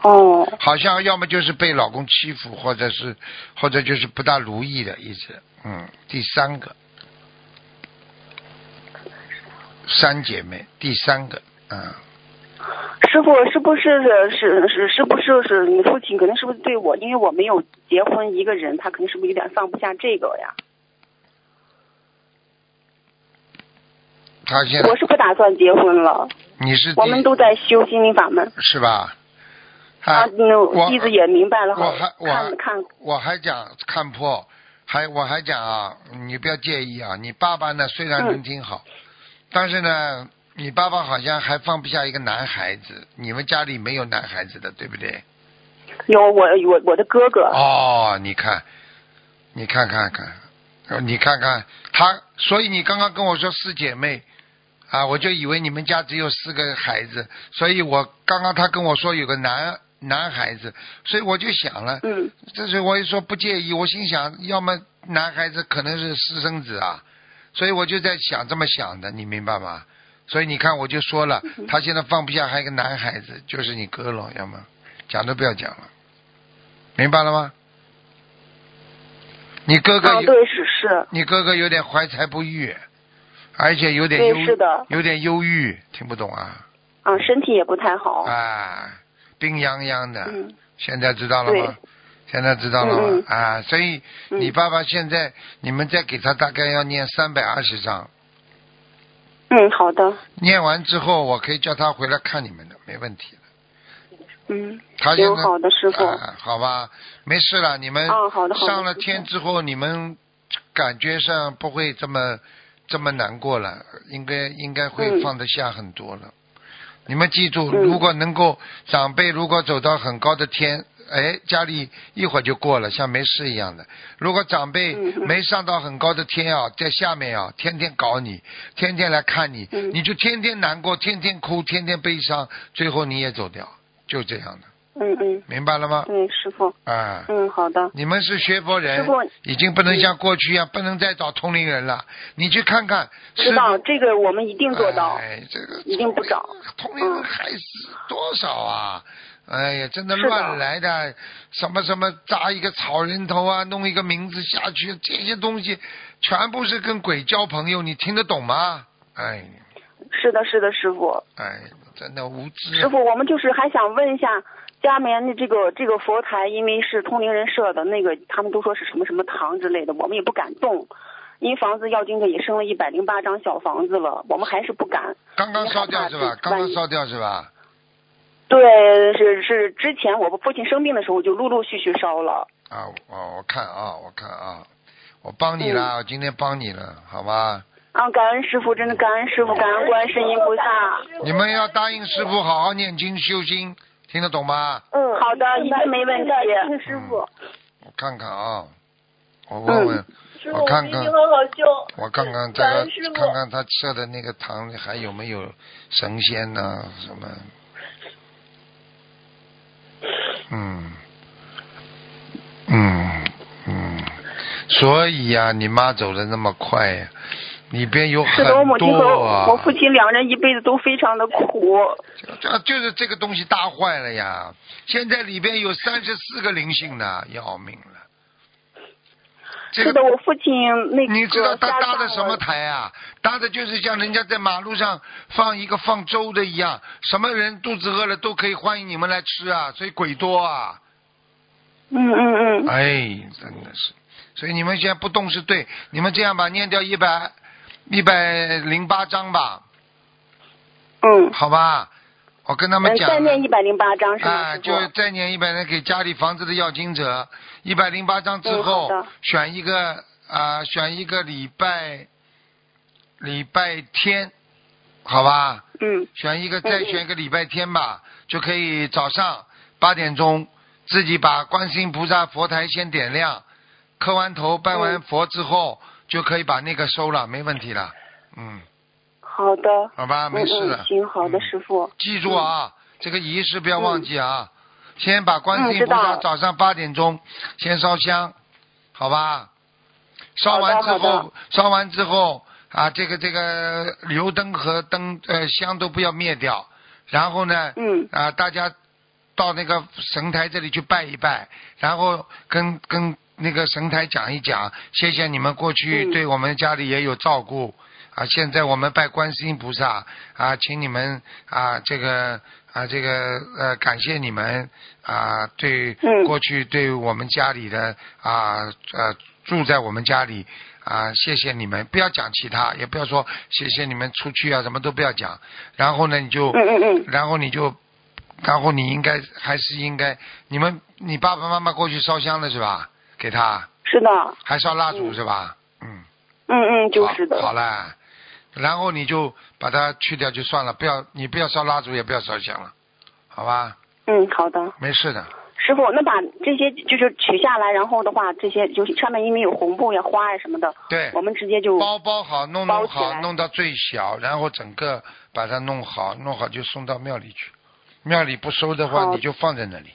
S4: 哦，
S1: 好像要么就是被老公欺负，或者是或者就是不大如意的，一直。嗯，第三个，三姐妹，第三个，嗯。
S4: 师傅是不是是是是不是是你父亲可能是不是对我，因为我没有结婚一个人，他肯定是不是有点放不下这个呀？
S1: 她现在
S4: 我是不打算结婚了，
S1: 你哎是第
S4: 我们都在修心灵法门
S1: 是吧？我
S4: 啊，
S1: 呃
S4: 那弟子也明白了，
S1: 我
S4: 好
S1: 还我还
S4: 看看
S1: 我还讲看破，还我还讲啊，你不要介意啊。你爸爸呢，虽然人挺好，
S4: 嗯
S1: 但是呢，你爸爸好像还放不下一个男孩子。你们家里没有男孩子的，对不对？
S4: 有我我我的哥哥，
S1: 哦，你看，你看看看，呃你看看他，所以你刚刚跟我说四姐妹啊，我就以为你们家只有四个孩子，所以我刚刚他跟我说有个男男孩子，所以我就想了，
S4: 嗯，
S1: 这时候我也说不介意，我心想，要么男孩子可能是私生子啊，所以我就在想这么想的，你明白吗？所以你看，我就说了，
S4: 嗯
S1: 他现在放不下，还有一个男孩子，就是你哥了，要么讲都不要讲了，明白了吗？你哥哥
S4: 啊
S1: 有，
S4: 对是是，
S1: 你哥哥有点怀才不遇，而且有点
S4: 对是
S1: 忧，
S4: 的，
S1: 有点忧郁，听不懂啊？
S4: 啊身体也不太好，
S1: 啊，病殃殃的。
S4: 哦嗯
S1: 现在知道了吗？现在知道了吗？
S4: 嗯
S1: 啊，所以
S4: 嗯
S1: 你爸爸现在，你们再给他大概要念三百二十章，
S4: 嗯好的，
S1: 念完之后，我可以叫他回来看你们的，没问题的。
S4: 嗯
S1: 他现
S4: 行
S1: 在
S4: 好的师傅，
S1: 啊，好吧，没事了。你们
S4: 啊好的好的
S1: 上了
S4: 师傅
S1: 天之后，你们感觉上不会这么这么难过了，应该应该会
S4: 嗯
S1: 放得下很多了。你们记住，
S4: 嗯
S1: 如果能够长辈如果走到很高的天，哎，家里一会儿就过了，像没事一样的。如果长辈
S4: 嗯嗯
S1: 没上到很高的天啊，在下面啊，天天搞你，天天来看你，
S4: 嗯
S1: 你就天天难过，天天哭，天天悲伤，最后你也走掉，就这样的，
S4: 嗯嗯
S1: 明白了吗？
S4: 对师傅，
S1: 啊，
S4: 嗯好的，
S1: 你们是学佛
S4: 师
S1: 人
S4: 傅，
S1: 已经不能像过去一样，不能再找同龄人了。你去看看，
S4: 嗯知
S1: 师
S4: 道
S1: 傅
S4: 这个我们一定做到，
S1: 哎，这个
S4: 一定不找
S1: 同龄人
S4: 嗯
S1: 害死多少啊！哎呀，真的
S4: 是的
S1: 乱来的，什么什么扎一个草人头啊，弄一个名字下去，这些东西全部是跟鬼交朋友，你听得懂吗？哎
S4: 是的是的师傅，
S1: 哎，真的无知啊。
S4: 师傅，我们就是还想问一下，家里面的这个这个佛台，因为是通灵人设的，那个他们都说是什么什么堂之类的，我们也不敢动，因为房子要经者也升了一百零八张小房子了，我们还是不敢。
S1: 刚刚烧掉是吧？刚刚烧掉是吧？
S4: 对，是是，之前我父亲生病的时候就陆陆续续烧了。
S1: 啊，我我看啊，我看啊，我帮你
S2: 嗯
S1: 了，我今天帮你了，好吧？
S4: 啊，感恩师傅，真的感恩师傅，感恩观世音菩萨。
S1: 你们要答应师傅好好念经修心，听得懂吗？
S2: 嗯，
S4: 好的一定没问题
S2: 是的师傅，
S1: 我看看啊，我问问，
S2: 嗯师
S1: 我
S2: 傅，
S1: 看
S2: 最
S1: 看
S2: 近很好修。
S1: 我看看这
S2: 感
S1: 个
S2: 恩师，傅
S1: 看看他设的那个堂里还有没有神仙呢、什么？嗯，嗯嗯，所以呀、你妈走的那么快呀、里边有
S4: 是
S1: 很
S4: 的，我母亲和
S1: 多啊。
S4: 我父亲两人一辈子都非常的苦。
S1: 这啊就是这个东西搭坏了呀！现在里边有三十四个灵性呢，要命了。这
S4: 是
S1: 个
S4: 的，我父亲那个
S1: 你知道他
S4: 家
S1: 搭的
S4: 葬
S1: 什么
S4: 了
S1: 台啊？搭的就是像人家在马路上放一个放粥的一样，什么人肚子饿了都可以欢迎你们来吃啊，所以鬼多啊！
S4: 嗯嗯嗯。
S1: 哎，真的是，所以你们现在不动是对，你们这样吧，念掉一百一百零八章吧，
S4: 嗯，
S1: 好吧？我跟他们
S4: 嗯，
S1: 讲了。
S4: 再念一百零八章是
S1: 啊，
S4: 吗？师傅
S1: 就再念一百张给家里房子的要经者，一百零八张之
S4: 嗯
S1: 后、
S4: 好的
S1: 选一个啊、选一个礼拜礼拜天，好吧？
S4: 嗯
S1: 选一个
S4: 嗯
S1: 再
S4: 嗯
S1: 选一个礼拜天吧，就可以早上八点钟自己把观世音菩萨佛台先点亮，磕完头拜
S4: 嗯
S1: 完佛之后、就可以把那个收了，没问题了。嗯，
S4: 好的，
S1: 好吧，啊没事
S4: 嗯
S1: 了
S4: 嗯，。行，好的，
S1: 嗯
S4: 师傅。
S1: 记住啊，这个仪式不要忘记啊，先把观世音
S4: 嗯嗯知
S1: 菩
S4: 道
S1: 萨
S4: 了
S1: 早上八点钟先烧香，好吧？烧完之
S4: 好的好
S1: 后，烧完之后啊，这个这个油灯和灯呃香都不要灭掉，然后呢，
S4: 嗯，
S1: 啊，大家到那个神台这里去拜一拜，然后跟跟那个神台讲一讲，谢谢你们过去
S4: 嗯
S1: 对我们家里也有照顾、啊。现在我们拜观世音菩萨啊，请你们啊这个啊这个呃感谢你们啊对
S4: 嗯
S1: 过去对我们家里的啊呃住在我们家里。啊，谢谢你们！不要讲其他，也不要说谢谢你们出去啊，什么都不要讲。然后呢，你就
S4: 嗯嗯嗯，
S1: 然后你就，然后你应该还是应该，你们你爸爸妈妈过去烧香了是吧？给他
S4: 是的，
S1: 还烧蜡烛
S4: 嗯
S1: 是吧？嗯，
S4: 嗯嗯，就是的。
S1: 好好啦，然后你就把它去掉就算了，不要你不要烧蜡烛，也不要烧香了，好吧？
S4: 嗯，好的，
S1: 没事的，
S4: 师傅，那把这些就是取下来，然后的话，这些就是上面因为有红布呀、花呀什么的，
S1: 对
S4: 我，们直接就
S1: 包包好，弄
S4: 包
S1: 弄
S4: 起
S1: 好，
S4: 来
S1: 弄到最小，然后整个把它弄好，弄好就送到庙里去。庙里不收的话，
S4: 好
S1: 你就放在那里，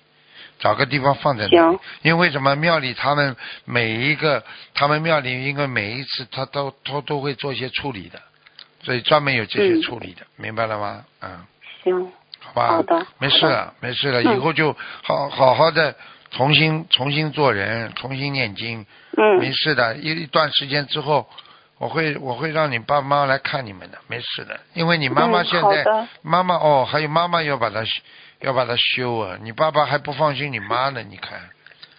S1: 找个地方放在那里
S4: 行。
S1: 因为什么？庙里他们每一个，他们庙里应该每一次他都都都会做一些处理的，所以专门有这些
S4: 嗯
S1: 处理的，明白了吗？嗯，
S4: 行。
S1: 好吧。
S4: 好的
S1: 没
S4: 好
S1: 事
S4: 的
S1: 了，没事了，
S4: 嗯
S1: 以后就好好好的重新重新做人，重新念经， 没
S4: 嗯，
S1: 事的，一一段时间之后，我会我会让你爸妈来看你们的，没事的，因为你妈妈
S4: 嗯
S1: 现
S4: 好
S1: 在、
S4: 的
S1: 妈妈哦，还有妈妈要把她要把她修啊，你爸爸还不放心你妈呢，你看，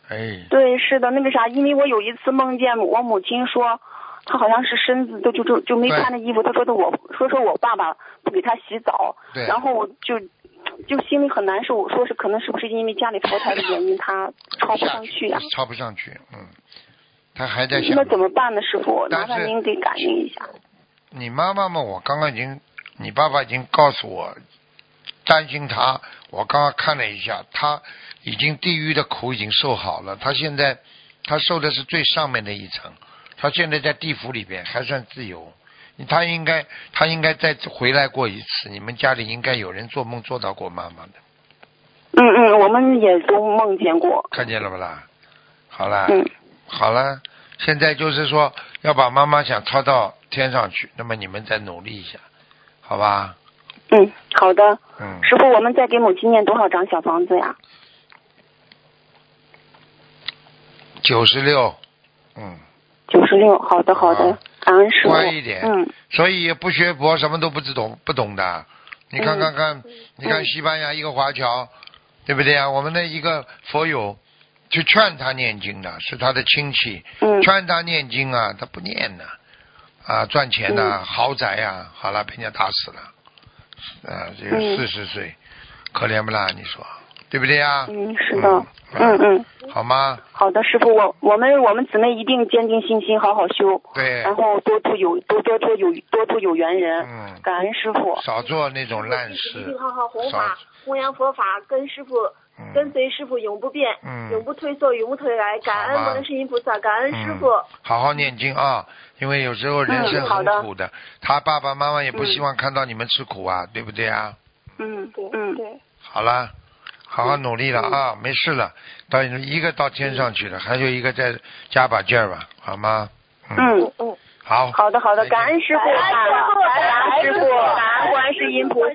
S1: 哎，
S4: 对，是的，那个啥，因为我有一次梦见我母亲说，她好像是身子都就就就没
S1: 对
S4: 穿的衣服，她说的我说说我爸爸不给她洗澡，
S1: 对
S4: 然后我就就心里很难受，我说是可能是不是因为家里佛台的原因，她抄不
S1: 下
S4: 上去呀、
S1: 抄不上去，嗯，他还在想
S4: 那怎么办呢，师傅？麻
S1: 但是
S4: 烦您给感应一下。
S1: 你妈妈嘛，我刚刚已经，你爸爸已经告诉我，担心他。我刚刚看了一下，他已经地狱的苦已经受好了，他现在他受的是最上面的一层，他现在在地府里边还算自由。他应该，他应该再回来过一次。你们家里应该有人做梦做到过妈妈的，
S4: 嗯嗯，我们也都梦见过。
S1: 看见了不啦？好啦，
S4: 嗯，
S1: 好了，现在就是说要把妈妈想抄到天上去，那么你们再努力一下，好吧？
S4: 嗯，好的，
S1: 嗯。
S4: 师傅，我们再给母亲念多少张小房子呀？
S1: 九十六，嗯，
S4: 九十六，好的，好
S1: 啊
S4: 的，感恩师傅。
S1: 乖一点
S4: 嗯，
S1: 所以不学佛什么都不知懂不懂的。你看
S4: 嗯
S1: 看看，你看西班牙一个华侨，对不对啊？我们的一个佛友去劝他念经的，是他的亲戚，
S4: 嗯，
S1: 劝他念经啊，他不念呐、啊，赚钱呐、豪宅呀、好了，被人家打死了，啊，这个
S4: 嗯
S1: 四十岁，可怜不啦？你说对不对啊？
S4: 嗯，是的。
S1: 嗯，
S4: 嗯嗯，
S1: 好吗？
S4: 好的，师傅，我我们我们姊妹一定坚定信心，好好修，
S1: 对，
S4: 然后多度有多多多有多度有缘人。
S1: 嗯，
S4: 感恩师傅。
S1: 少做那种烂
S5: 继续
S1: 事，
S5: 好好弘
S1: 少
S5: 法，弘扬佛法，跟师傅
S1: 嗯。
S5: 跟随师傅永不变，
S1: 嗯
S5: 永不退缩，永不退来。感恩
S1: 好吧
S5: 观世音菩萨，感恩师傅。
S1: 嗯好好念经啊，因为有时候人生
S4: 嗯好
S1: 很
S4: 的
S1: 苦的，他爸爸妈妈也不
S4: 嗯
S1: 希望看到你们吃苦啊，对不对啊？
S4: 嗯嗯，
S1: 好啦，好好努力了啊，没事了，到一个到天上去了，还有一个再加把劲儿吧，好吗？嗯，
S4: 嗯，
S1: 好，
S4: 好的好的，
S1: 再见
S4: 感恩师傅，感哎恩师傅，感恩观世音菩
S1: 啊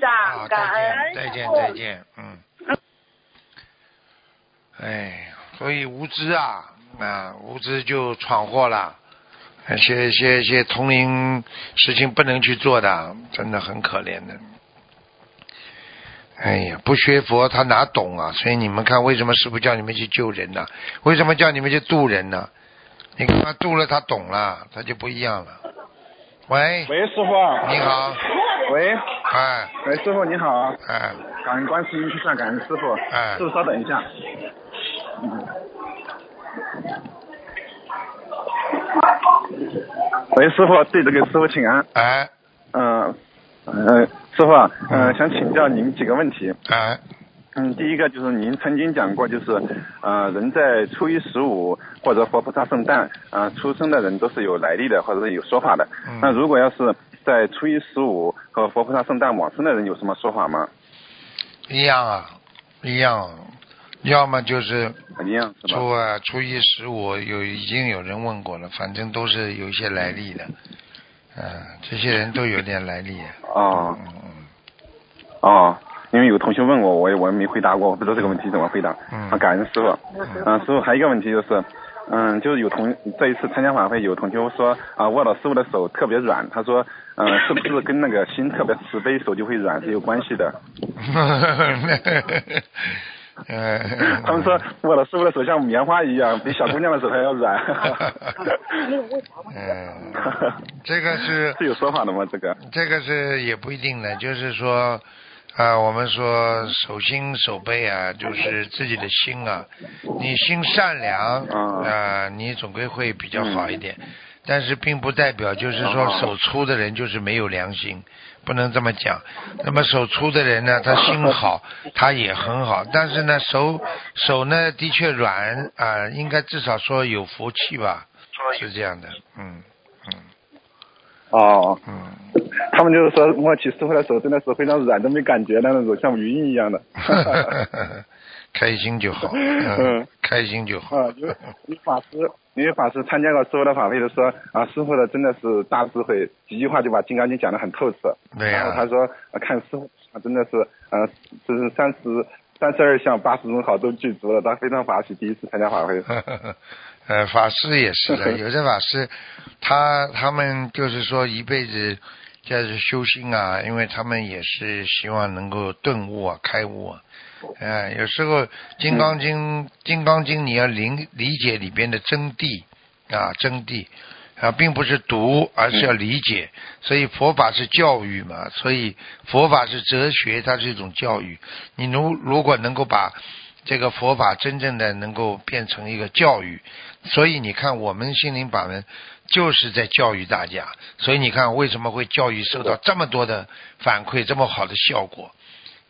S1: 再
S4: 萨，感
S1: 见，
S4: 恩。
S1: 再见，再见，嗯。哎，所以无知啊，啊，无知就闯祸了。一些一些一些同龄事情不能去做的，真的很可怜的。哎呀，不学佛他哪懂啊？所以你们看，为什么师傅叫你们去救人呢、为什么叫你们去渡人呢、你看他渡了，他懂了，他就不一样了。喂，
S6: 喂，师傅。
S1: 哎你。好，
S6: 喂，
S1: 哎
S6: 喂，师傅你好，
S1: 哎，
S6: 感恩观世音菩萨，感恩师傅。
S1: 哎
S6: 师傅稍等一下。嗯喂，师傅，对着给师傅请安。
S1: 哎
S6: 啊呃嗯、呃，师傅，嗯、呃，想请教您几个问题。
S1: 哎，
S6: 嗯，第一个就是您曾经讲过，就是呃，人在初一十五或者活菩萨圣诞啊、呃出生的人都是有来历的，或者是有说法的。
S1: 嗯
S6: 那如果要是在初一十五和活菩萨圣诞往生的人有什么说法吗？
S1: 一样啊，一样啊，要么就是
S6: 一样是吧？
S1: 初啊初一十五有已经有人问过了，反正都是有一些来历的，嗯、这些人都有点来历、啊。
S6: 哦
S1: 嗯嗯
S6: 哦，因为有同学问我，我也我也没回答过，我不知道这个问题怎么回答。
S1: 嗯
S6: 啊，感恩师傅。嗯，师傅还有一个问题就是，嗯，就是有同这一次参加晚会有同学说啊，握到师傅的手特别软，他说，嗯、是不是跟那个心特别慈悲，手就会软是有关系的？
S1: 嗯，
S6: 他们说握了师傅的手像棉花一样，比小姑娘的手还要 软。
S1: 嗯，这个是
S6: 是有说法的吗？这个？
S1: 这个是也不一定的，就是说，啊、我们说手心手背啊，就是自己的心啊，你心善良啊、
S6: 嗯
S1: 你总归会比较好一点。但是并不代表就是说
S6: 哦
S1: 手粗的人就是没有良心，不能这么讲。那么手粗的人呢，他心好，他也很好，但是呢，手手呢的确软啊、应该至少说有福气吧，是这样的，嗯
S6: 哦，
S1: 嗯。
S6: 他们就是说握起师傅的手真的是非常软，都没感觉的那种，像云一 样的。
S1: 开心就好，
S6: 嗯
S1: 嗯，开心就好。
S6: 啊，因为因为法师，因为法师参加过师傅的法会的说啊，师傅的真的是大智慧，几句话就把《金刚经》讲得很透彻。
S1: 对呀
S6: 然后他说，啊、看师傅啊，真的是，呃，就是三十三十二项八十种好都具足了，他非常法喜，第一次参加法会。
S1: 呃，法师也是的，有的法师，他他们就是说一辈子就是修心啊，因为他们也是希望能够顿悟啊、开悟啊。呃，有时候《金刚经》金刚经》你要理理解里边的真谛啊，真谛啊，并不是读，而是要理解。所以佛法是教育嘛，所以佛法是哲学，它是一种教育。你如如果能够把这个佛法真正的能够变成一个教育，所以你看我们心灵法门就是在教育大家。所以你看为什么会教育受到这么多的反馈，这么好的效果？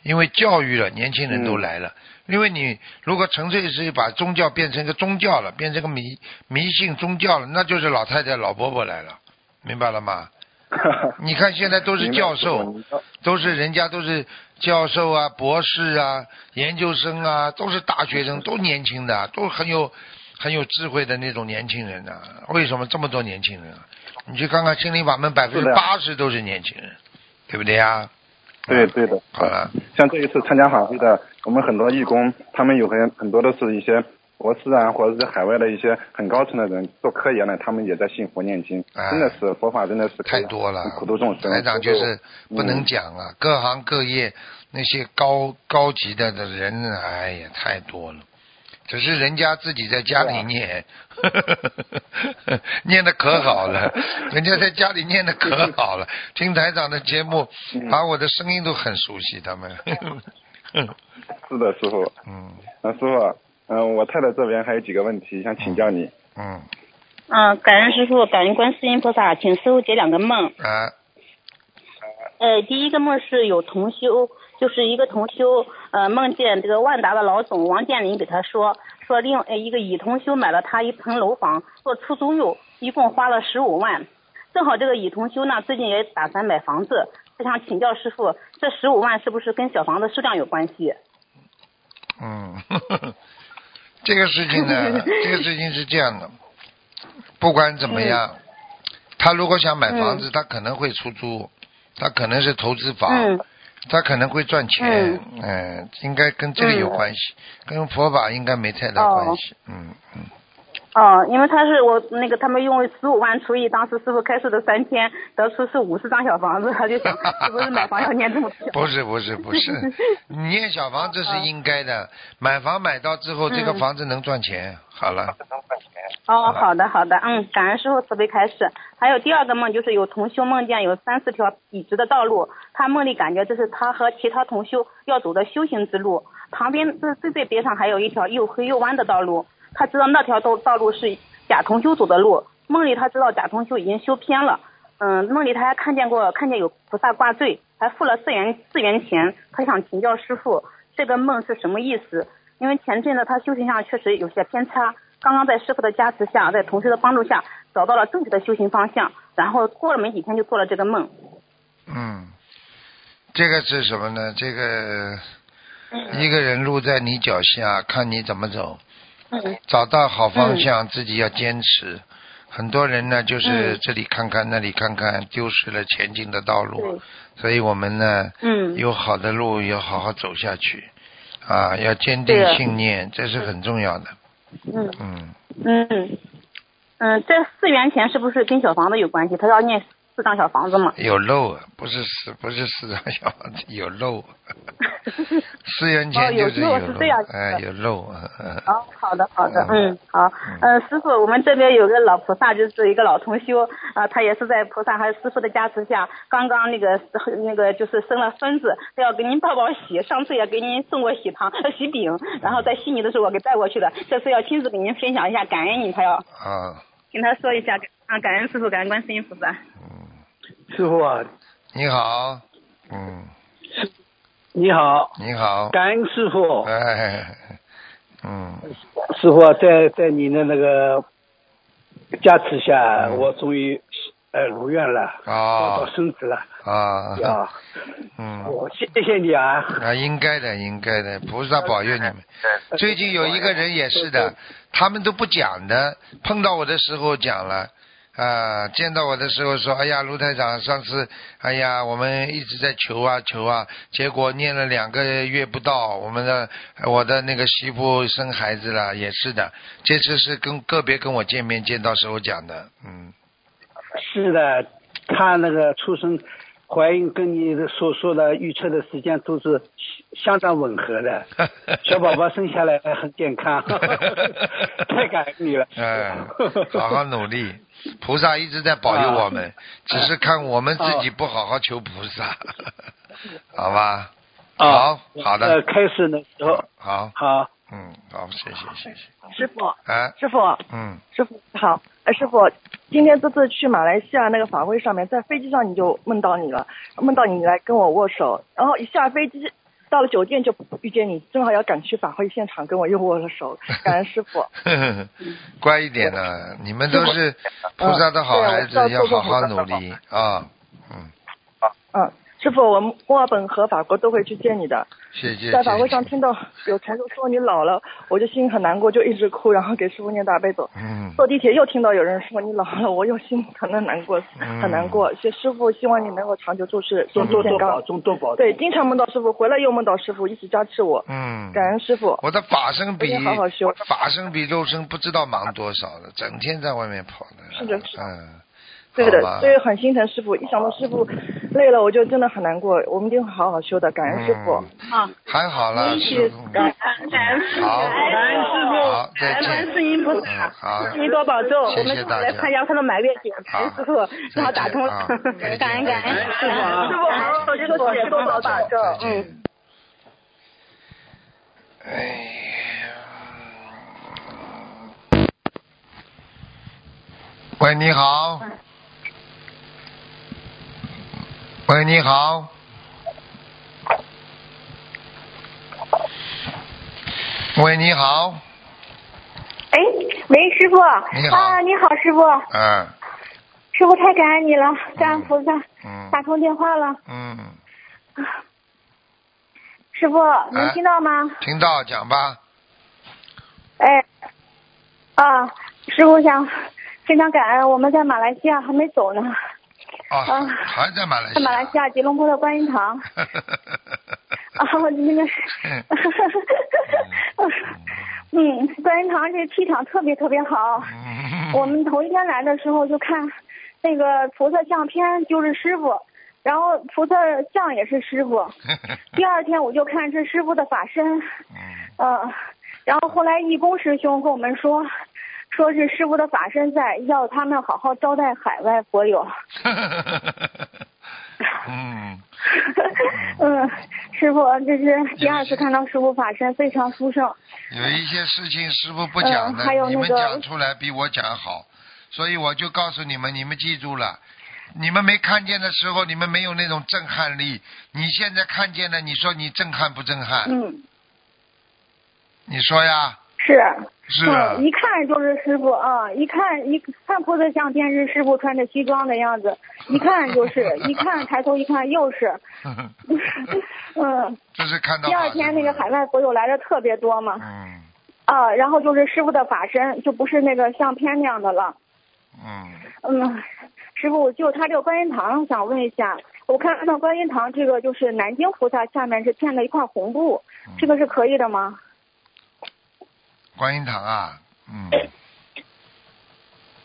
S1: 因为教育了，年轻人都来了。因为你如果纯粹是把宗教变成一个宗教了，变成个迷迷信宗教了，那就是老太太、老伯伯来了，明白了吗？你看现在都是教授，
S6: 明白师傅
S1: 都是人家都是教授啊、博士啊、研究生啊，都是大学
S6: 嗯
S1: 生，都年轻的，都很有很有智慧的那种年轻人呐、啊为什么这么多年轻人啊？你去看看心灵法门，百分
S6: 是
S1: 之
S6: 的
S1: 八十都是年轻人，对不对呀？
S6: 对对的。
S1: 好了，
S6: 像这一次参加法会的，我们很多义工，他们有很很多都是一些博士啊，或者是海外的一些很高层的人做科研的，他们也在信佛念经，
S1: 哎
S6: 真的是佛法真的是
S1: 太多了，
S6: 苦度众生。
S1: 台长就是
S6: 嗯
S1: 不能讲啊，各行各业那些高高级的的人，哎呀，太多了。只是人家自己在家
S6: 啊
S1: 里念， 念的可好 了，人家在家里念的可好了，听台长的节目，
S6: 嗯
S1: 把我的声音都很熟悉，他们，
S6: 是的，师傅，
S1: 嗯
S6: 啊，师傅，嗯、我太太这边还有几个问题想请教你。
S1: 嗯
S7: 嗯，感恩师傅，感恩观世音菩萨，请师傅解两个梦。
S1: 啊
S7: 呃，第一个梦是有同修，就是一个同修，呃，梦见这个万达的老总王健林给他说，说另呃一个乙同修买了他一层楼房做出租用，一共花了十五万。正好这个乙同修呢，最近也打算买房子，就想请教师傅，这十五万是不是跟小房子数量有关系？
S1: 嗯， 这个事情 呢，这个事情是这样的，不管怎么样，
S7: 嗯
S1: 他如果想买房子，他可能会出租，他可能是投资房，
S7: 嗯
S1: 他可能会赚钱，嗯、应该跟这个有
S7: 嗯
S1: 关系，跟佛法应该没太大
S7: 哦
S1: 关系，嗯嗯，
S7: 哦，因为他是我那个他们用十五万除以当时师傅开示的三天，得出是五十张小房子，他就想是不是买房要念这么久？
S1: 不是不是不 是，你念小房子是应该的，买房买到之后，这个
S7: 嗯
S1: 房子能赚钱，好了，
S7: 哦，好的好的，嗯，感恩师傅慈悲开示。还有第二个梦就是有同修梦见有三四条笔直的道路，他梦里感觉这是他和其他同修要走的修行之路，旁边这最最边上还有一条又黑又弯的道路，他知道那条道道路是贾同修走的路，梦里他知道贾同修已经修偏了。嗯，梦里他还看见过，看见有菩萨挂坠，还付了四元四元钱。他想请教师傅，这个梦是什么意思？因为前阵子他修行上确实有些偏差，刚刚在师傅的加持下，在同学的帮助下，找到了正确的修行方向，然后过了没几天就做了这个梦。
S1: 嗯，这个是什么呢？这个
S7: 嗯
S1: 一个人路在你脚下，看你怎么走。
S7: 嗯
S1: 找到好方向，自己要坚持。很多人呢，就是
S7: 嗯
S1: 这里看看、那里看看，丢失了前进的道路。
S7: 对
S1: 所以我们呢，
S7: 嗯
S1: 有好的路要好好走下去，啊，要坚定
S7: 对啊
S1: 信念，这是很重要的。
S7: 嗯
S1: 嗯，
S7: 嗯嗯，这四元钱是不是跟小房子有关系？他要念四张小房子嘛？
S1: 有漏啊，不是四，不是四 张小房子，有漏。四元钱就是
S7: 哦有漏
S1: 漏，
S7: 是这样子的
S1: 哎，有漏。嗯
S7: 哦，好的，好的，嗯，好，
S1: 嗯
S7: 呃，师傅，我们这边有个老菩萨，就是一个老同修，啊、他也是在菩萨还有师傅的加持下，刚刚那个那个就是生了孙子，他要给您报报喜，上次也给您送过喜糖、呃喜饼，然后在悉尼的时候我给带过去的，这次要亲自给您分享一下，感恩你，他要
S1: 啊，
S7: 跟他说一下，啊，感恩师傅，感恩观世音菩萨。
S8: 师傅啊，
S1: 你好，嗯，
S8: 你好，
S1: 你好，
S8: 感恩师傅。
S1: 哎，嗯，
S8: 师傅啊在在你的那个嗯呃加持下，我终于呃如愿了，抱
S1: 哦
S8: 到，孙子了
S1: 啊，
S8: 啊！
S1: 嗯，
S8: 我谢谢你啊，
S1: 啊，应该的，应该的，菩萨保佑你们。最近有一个人也是的，他们都不讲的，碰到我的时候讲了。啊，见到我的时候说，哎呀，卢台长，上次，哎呀，我们一直在求啊求啊，结果念了两个月不到，我们的我的那个媳妇生孩子了，也是的，这次是跟个别跟我见面见到时候讲的，嗯，
S8: 是的，他那个出生、怀孕跟你的所说的预测的时间都是相当吻合 的，小宝宝生下来很健康，太感恩你了。
S1: 嗯，好好努力，菩萨一直在保佑 我们，只是看我们自己不好好求菩萨，好吧？
S8: 啊
S1: 好，好
S8: 呃，
S1: 的，
S8: 开始的时候
S1: 好，
S8: 好。
S1: 嗯，好，谢谢，谢谢，
S9: 师傅，
S1: 啊，
S9: 师傅，
S1: 嗯，
S9: 师傅好，呃，师傅，今天这次去马来西亚那个法会上面，在飞机上你就梦到你了，梦到你来跟我握手，然后一下飞机到了酒店就遇见你，正好要赶去法会现场，跟我又握了手，感恩师傅。
S1: 呵呵乖一点呢，你们都是菩萨的好
S9: 对
S1: 孩
S9: 我
S1: 子
S9: 知道，
S1: 要
S9: 做
S1: 好
S9: 做菩萨
S1: 好努
S9: 的好
S1: 力啊，嗯，
S9: 嗯，师傅，我们墨尔本和法国都会去见你的，
S1: 谢谢，
S9: 在法会
S1: 谢
S9: 上
S1: 谢
S9: 听到有同学说你老了，我就心很难过，就一直哭，然后给师傅念大悲咒。
S1: 嗯，
S9: 坐地铁又听到有人说你老了，我又心疼的难过，
S1: 嗯
S9: 很难过。谢师傅，希望你能够长久住世，
S8: 多
S9: 身体
S8: 多
S9: 健
S8: 多保
S9: 康。
S8: 重，多保重。
S9: 对，经常梦到师傅，回来又梦到师傅，一直加持我。
S1: 嗯，
S9: 感恩师傅。
S1: 我的法身比
S9: 我得好好修
S1: 法身比肉身不知道忙多少了，整天在外面跑呢。
S9: 是的是的
S1: 嗯，
S9: 对
S1: 好吧
S9: 的，所以很心疼师傅。一想到师傅累了，我就真的很难过。我们一定会好好修的，感恩师傅。嗯
S1: 嗯还好了，师傅。嗯好，好，再见。嗯，好，
S7: 您多保重，
S1: 谢谢
S7: 我们
S1: 大家
S7: 来参加他的满月节，感恩师傅，正好打通了，
S1: 再见啊
S7: 感恩感
S1: 再
S7: 恩
S1: 见
S7: 师傅啊，
S5: 师傅好，我这个姐多保重。
S1: 再见。
S10: 嗯
S1: 哎呀喂，你好。喂，你好。喂，你好。
S10: 哎，喂，师傅。
S1: 你好
S10: 啊，你好，师傅。
S1: 嗯
S10: 师傅太感恩你了，感恩菩萨，
S1: 嗯
S10: 打通电话了。
S1: 嗯，
S10: 师傅
S1: 哎
S10: 能听到吗？
S1: 听到讲吧。
S10: 哎，啊，师傅想非常感恩，我们在马来西亚还没走呢，
S1: 哦，
S10: 啊
S1: 还在马来西
S10: 在
S1: 亚。
S10: 马来 西亚吉隆坡的观音堂。啊，那 个，嗯，观音堂这气场特别特别好。我们头一天来的时候就看那个菩萨相片，就是师傅，然后菩萨像也是师傅。第二天我就看是师傅的法身，呃，然后后来义工师兄跟我们说，说是师傅的法身在，要他们好好招待海外佛友。
S1: 嗯，
S10: 嗯，师傅，这是第二次看到师傅法身，非常殊胜。
S1: 有一些事情师傅不讲的，
S10: 嗯还有
S1: 你们
S10: 那个
S1: 讲出来比我讲好，所以我就告诉你们，你们记住了。你们没看见的时候，你们没有那种震撼力。你现在看见了，你说你震撼不震撼？
S10: 嗯，
S1: 你说呀？
S10: 是。
S1: 是啊
S10: 嗯，一看就是师傅啊，一看一看菩萨相片是师傅穿着西装的样子，一看就是，一看抬头一看又是， 嗯。
S1: 这是看到
S10: 第
S1: 法
S10: 二天那个海外佛友来的特别多嘛。
S1: 嗯。
S10: 啊，然后就是师傅的法身，就不是那个相片那样的了。
S1: 嗯。
S10: 嗯，师傅，就他这个观音堂，想问一下，我看到观音堂这个就是南京菩萨下面是片了一块红布，这个是可以的吗？
S1: 观音堂啊，嗯，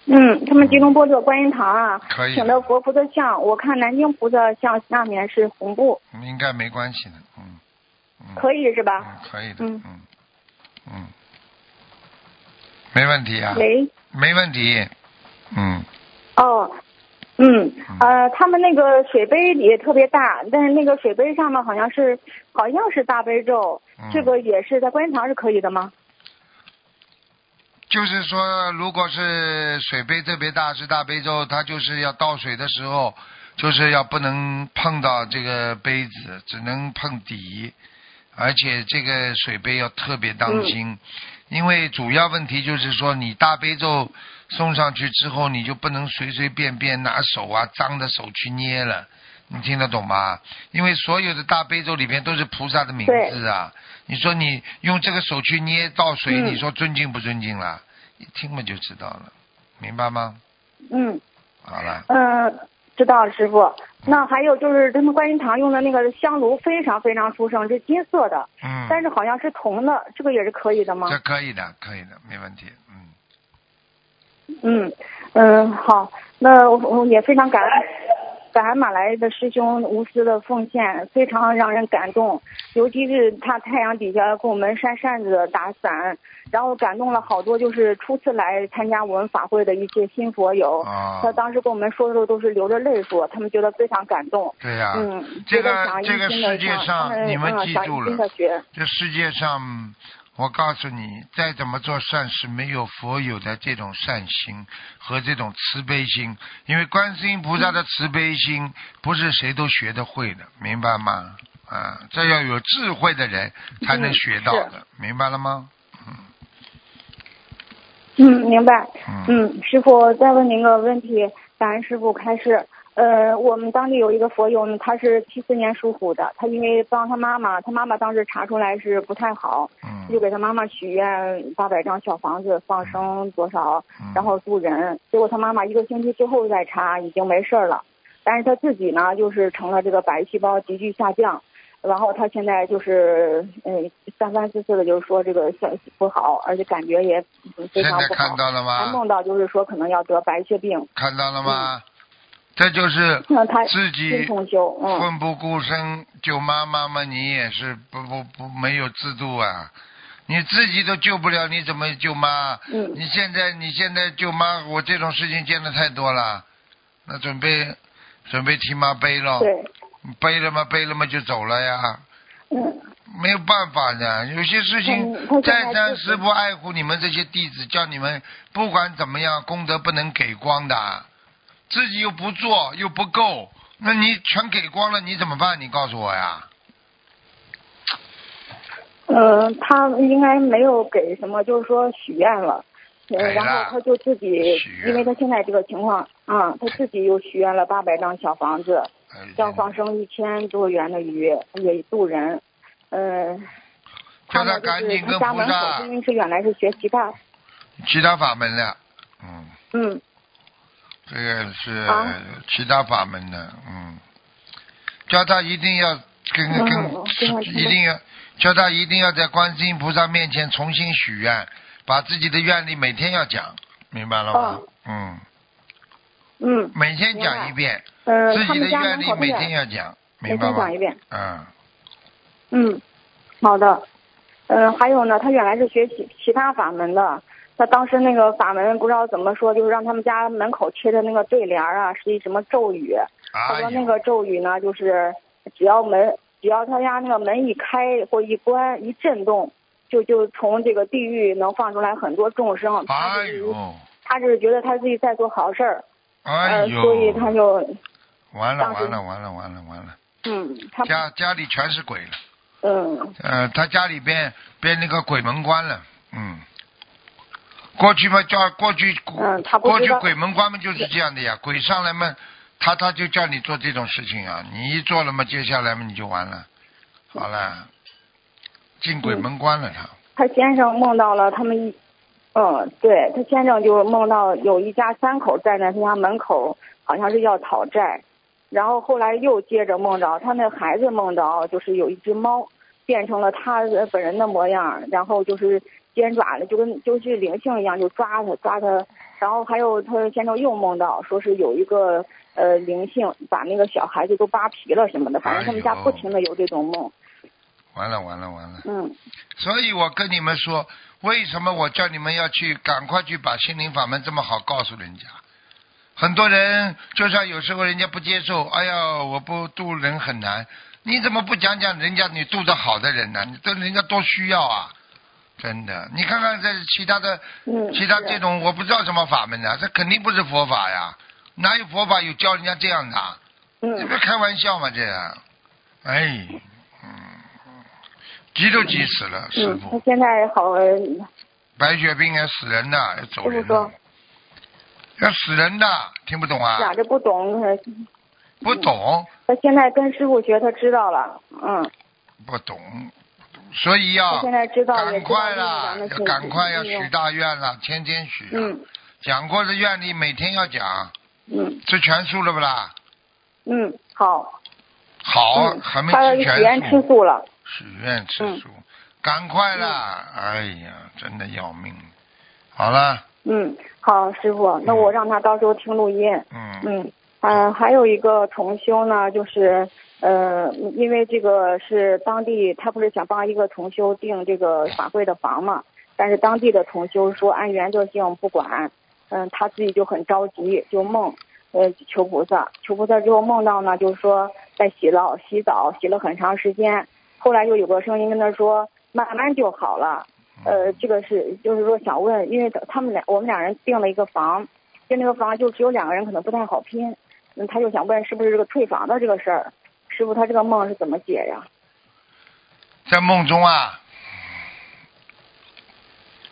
S10: 嗯，他们吉隆坡这个观音堂啊，
S1: 可以
S10: 请的佛菩萨像，我看南京菩萨像下面是红布，
S1: 应该没关系的，嗯，嗯
S10: 可以是吧？
S1: 可以的，
S10: 嗯
S1: 嗯嗯，没问题啊，
S10: 喂，
S1: 没问题，嗯，
S10: 哦，嗯，呃，他们那个水杯也特别大，但是那个水杯上面好像是好像是大悲咒，
S1: 嗯
S10: 这个也是在观音堂是可以的吗？
S1: 就是说，如果是水杯特别大，是大悲咒，它就是要倒水的时候，就是要不能碰到这个杯子，只能碰底，而且这个水杯要特别当心，因为主要问题就是说，你大悲咒送上去之后，你就不能随随便便拿手啊脏的手去捏了。你听得懂吗？因为所有的大悲咒里面都是菩萨的名字啊。你说你用这个手去捏倒水，
S10: 嗯
S1: 你说尊敬不尊敬啦？一听嘛就知道了，明白吗？
S10: 嗯
S1: 好了，
S10: 嗯、知道了，师傅。
S1: 嗯
S10: 那还有就是他们观音堂用的那个香炉非常非常殊胜，是金色的，
S1: 嗯，
S10: 但是好像是铜的，这个也是可以的吗？
S1: 这可以的，可以的，没问题，嗯，
S10: 嗯嗯，好，那我我也非常感恩感恩马来的师兄无私的奉献，非常让人感动。尤其是他太阳底下给我们扇扇子、打伞，然后感动了好多就是初次来参加我们法会的一些新佛友。
S1: 啊
S10: 他当时跟我们哦说的时候都是流着泪说，他们觉得非常感动。
S1: 对呀、
S10: 嗯，
S1: 这
S10: 觉得
S1: 个
S10: 想一
S1: 这个
S10: 心地
S1: 世界
S10: 上
S1: 上，
S10: 嗯
S1: 你们
S10: 嗯
S1: 记
S10: 想一
S1: 住
S10: 心
S1: 了
S10: 地学，
S1: 这世界上，我告诉你，再怎么做善事，没有佛有的这种善心和这种慈悲心，因为观世音菩萨的慈悲心不是谁都学得会的，明白吗？啊，这要有智慧的人才能
S10: 嗯
S1: 学到的，明白了吗？
S10: 嗯，明白。
S1: 嗯
S10: 嗯，师傅，再问您个问题，感恩师傅开示。呃，我们当地有一个佛友呢，他是七四年属虎的，他因为帮他妈妈，他妈妈当时查出来是不太好，
S1: 嗯
S10: 就给他妈妈许愿八百张小房子放生多少，
S1: 嗯
S10: 然后渡人。结果他妈妈一个星期之后再查，已经没事儿了，但是他自己呢，就是成了这个白细胞急剧下降。然后他现在就是，呃，三番四次的，就是说这个消息不好，而且感觉也嗯非
S1: 现
S10: 常
S1: 在
S10: 不好。
S1: 看到了
S10: 还
S1: 吗？
S10: 梦到就是说可能要得白血病，
S1: 看到了吗？这就是
S10: 那他
S1: 自己
S10: 心同修，嗯，
S1: 奋不顾身救妈妈嘛，你也是不不不没有制度啊！你自己都救不了，你怎么救妈？
S10: 嗯
S1: 你现在你现在救妈，我这种事情见的太多了，那准备准备替妈背了，
S10: 对，
S1: 背了嘛背了嘛就走了呀，
S10: 嗯，
S1: 没有办法的，有些事
S10: 嗯
S1: 情
S10: 他现在
S1: 再三
S10: 就是
S1: 师不爱护你们这些弟子，叫你们不管怎么样，功德不能给光的，自己又不做又不够，那你全给光了，你怎么办？你告诉我呀。
S10: 呃，他应该没有给什么，就是说许愿了，
S1: 给
S10: 呃
S1: 了
S10: 然后他就自己
S1: 哎许，愿
S10: 因为他现在这个情况，啊，他自己又许愿了八百张小房子，
S1: 哎
S10: 要放生一千多元的鱼，也渡人，呃，
S1: 叫他
S10: 他呢就
S1: 赶
S10: 是
S1: 紧
S10: 他
S1: 跟
S10: 家
S1: 菩
S10: 门
S1: 萨
S10: 口，因为是原来是学吉他，
S1: 其他法门的，嗯，
S10: 嗯，
S1: 这个是
S10: 啊
S1: 其他法门的，嗯，叫他一定要跟
S10: 嗯
S1: 跟
S10: 我知道知道
S1: 一定要叫他一定要在观世音菩萨面前重新许愿，把自己的愿力每天要讲，明白了吗？
S10: 哦
S1: 嗯，
S10: 嗯，
S1: 每天讲一遍，
S10: 呃，
S1: 自
S10: 他
S1: 己的
S10: 们家
S1: 愿
S10: 门
S1: 力
S10: 口
S1: 每
S10: 的
S1: 天
S10: 人
S1: 要讲，
S10: 每
S1: 明白
S10: 天
S1: 吗
S10: 讲？一遍。
S1: 嗯，
S10: 嗯，好的。嗯，还有呢，他原来是学其其他法门的，他当时那个法门不知道怎么说，就是让他们家门口贴的那个对联儿啊，是一什么咒语。他
S1: 哎
S10: 说
S1: 呀，
S10: 那个咒语呢，就是只要门只要他家那个门一开或一关一震动，就就从这个地狱能放出来很多众生。他
S1: 哎
S10: 是
S1: 呦，
S10: 他是觉得他自己在做好事儿，
S1: 哎呦
S10: 呃，所以他就
S1: 完了
S10: 当时
S1: 完了完了完了完了，
S10: 嗯，他
S1: 家家里全是鬼了，
S10: 嗯
S1: 呃，他家里边变那个鬼门关了，嗯，过去嘛叫过去，
S10: 嗯，他不
S1: 过
S10: 知
S1: 去
S10: 道
S1: 鬼门关嘛就是这样的呀，鬼上来嘛，他他就叫你做这种事情啊，你一做了嘛，接下来嘛你就完了，好了，进
S10: 嗯
S1: 鬼门关了他，
S10: 他先生梦到了他们一，嗯，对他先生就梦到有一家三口站在他家门口，好像是要讨债，然后后来又接着梦着他那孩子梦着就是有一只猫变成了他本人的模样，然后就是尖爪了，就跟就是灵性一样就抓他抓他，然后还有他先生又梦到说是有一个呃灵性把那个小孩子都扒皮了什么的，反正他们家不停的有这种梦，
S1: 完了完了完了。
S10: 嗯。
S1: 所以我跟你们说，为什么我叫你们要去赶快去把心灵法门这么好告诉人家？很多人就算有时候人家不接受，哎呀，我不渡人很难，你怎么不讲讲人家你渡的好的人呢、你对人家多需要啊！真的，你看看这其他的，
S10: 嗯
S1: 其他
S10: 是
S1: 这种我不知道什么法门呢、啊这肯定不是佛法呀，哪有佛法有教人家这样的啊？
S10: 嗯
S1: 这不是开玩笑吗？这样，哎，嗯，急都急死了，师
S10: 嗯
S1: 傅，。
S10: 他现在好呃
S1: 白血病也死人的，要走
S10: 师
S1: 人
S10: 傅
S1: 的
S10: 说，，
S1: 要死人的，听不懂
S10: 是
S1: 啊
S10: 啊，？这不懂，呃
S1: 不懂，
S10: 他现在跟师傅学，他知道了，
S1: 啊
S10: 嗯，
S1: 不懂，所以要
S10: 他现在知道也
S1: 赶
S10: 知道
S1: 快啦
S10: 咱们，是
S1: 要赶快要
S10: 应用
S1: 许大愿啦，天天许啊，
S10: 嗯
S1: 讲过的愿力每天要讲，
S10: 嗯
S1: 吃全素了不啦？
S10: 嗯，好，
S1: 好，
S10: 嗯
S1: 还没
S10: 他
S1: 吃
S10: 许愿
S1: 全
S10: 吃
S1: 素，
S10: 素了，
S1: 许愿吃
S10: 嗯
S1: 素，赶快啦！哎呀，真的要命，好了，
S10: 嗯，好，师傅，那我让他到时候听录音，
S1: 嗯，
S10: 嗯嗯、呃还有一个同修呢，就是呃，因为这个是当地，他不是想帮一个同修订这个法会的房嘛，但是当地的同修说按原则性不管，嗯、他自己就很着急，就梦。呃，求菩萨，求菩萨之后梦到呢，就是说在洗澡，洗澡洗了很长时间，后来又有个声音跟他说，慢慢就好了。
S1: 嗯
S10: 呃，这个是就是说想问，因为他们俩我们俩人订了一个房，就那个房就只有两个人，可能不太好拼。嗯，他就想问是不是这个退房的这个事儿，师傅他这个梦是怎么解呀？
S1: 在梦中啊，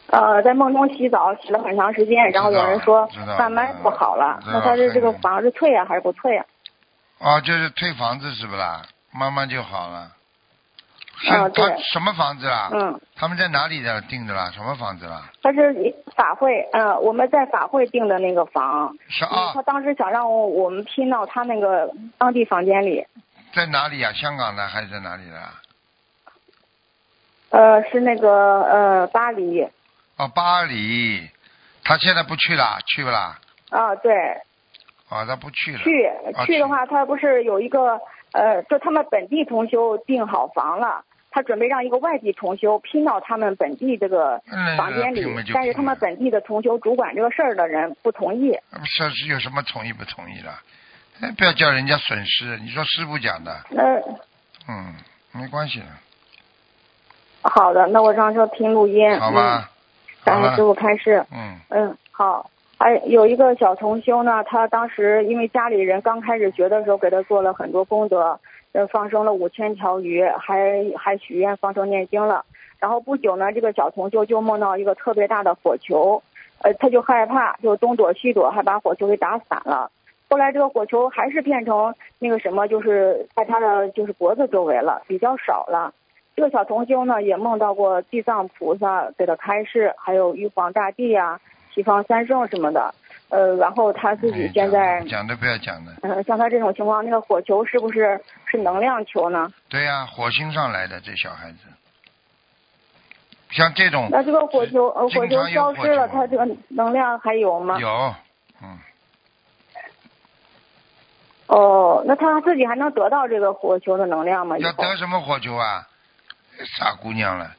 S10: 呃，在梦中洗澡洗了很长时间，然后有人说
S1: 知道了
S10: 慢慢不好了，
S1: 知道了
S10: 那他是
S1: 知道了
S10: 这个房是退呀还是不退呀？
S1: 哦，就是退房子是不啦？慢慢就好了。是
S10: 啊对
S1: 他什么房子啦？
S10: 嗯，
S1: 他们在哪里的订的啦？什么房子啦？
S10: 他是法会，呃，我们在法会订的那个房，
S1: 是
S10: 因为
S1: 啊
S10: 他，当时想让我我们拼到他那个当地房间里，
S1: 在哪里啊？香港的还是在哪里的啊？
S10: 呃，是那个呃巴黎，
S1: 哦，巴黎。他现在不去啦，去不啦？
S10: 啊对，
S1: 哦，他不去了。
S10: 去
S1: 啊
S10: 去的话，他不是有一个呃，就他们本地同修订好房了，他准备让一个外地同修拼到他们本地这个
S1: 嗯
S10: 房间里
S1: 拼了就，
S10: 但是
S1: 拼
S10: 他们
S1: 了
S10: 本地的同修主管这个事儿的人不同意。
S1: 这呃是有什么同意不同意的？哎，不要叫人家损失。你说师傅讲的，
S10: 那
S1: 嗯，没关系的，
S10: 好的，那我让他听录音。
S1: 好吧？
S10: 嗯，感
S1: 好
S10: 恩
S1: 了
S10: 师傅开示。
S1: 嗯，
S10: 嗯，好。哎，有一个小同修呢，他当时因为家里人刚开始学的时候，给他做了很多功德，呃，放生了五千条鱼，还还许愿放生念经了。然后不久呢，这个小同修就梦到一个特别大的火球，呃，他就害怕，就东躲西躲，还把火球给打散了。后来这个火球还是变成那个什么，就是在他的就是脖子周围了，比较少了。这个小同修呢，也梦到过地藏菩萨给他开示，还有玉皇大帝啊、西方三圣什么的。呃，然后他
S1: 哎
S10: 自己现在，
S1: 讲都不要讲的。
S10: 呃，像他这种情况，那个火球是不是是能量球呢？
S1: 对呀、火星上来的这小孩子，像这种
S10: 那这个火球，呃，火
S1: 经
S10: 球
S1: 常有
S10: 消失
S1: 火
S10: 了，
S1: 球
S10: 它这个能量还有吗？
S1: 有，嗯，
S10: 哦，那他自己还能得到这个火球的能量啊吗？以
S1: 要
S10: 后
S1: 得什么火球啊？傻姑娘了，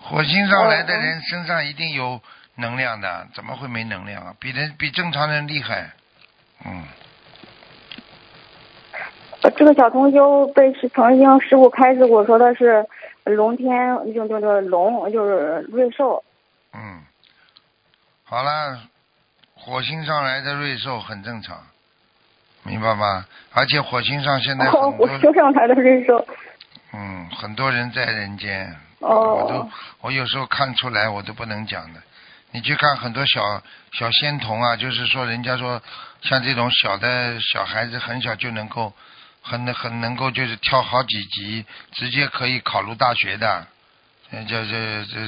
S1: 火星上来
S10: 嗯
S1: 的人身上一定有能量的，怎么会没能量啊？比人比正常人厉害，嗯，
S10: 呃这个小同修被师曾经师傅开示过，说他是龙天，就就就龙，就是瑞兽。
S1: 嗯，好了，火星上来的瑞兽很正常，明白吗？而且火星上 现在很
S10: 哦，
S1: 多
S10: 我修上台的人说，
S1: 嗯，很多人在人间，我都
S10: 哦，
S1: 我有时候看出来，我都不能讲的。你去看很多小小仙童啊，就是说人家说像这种小的小孩子，很小就能够，很很能够就是跳好几级，直接可以考入大学的。呃这这这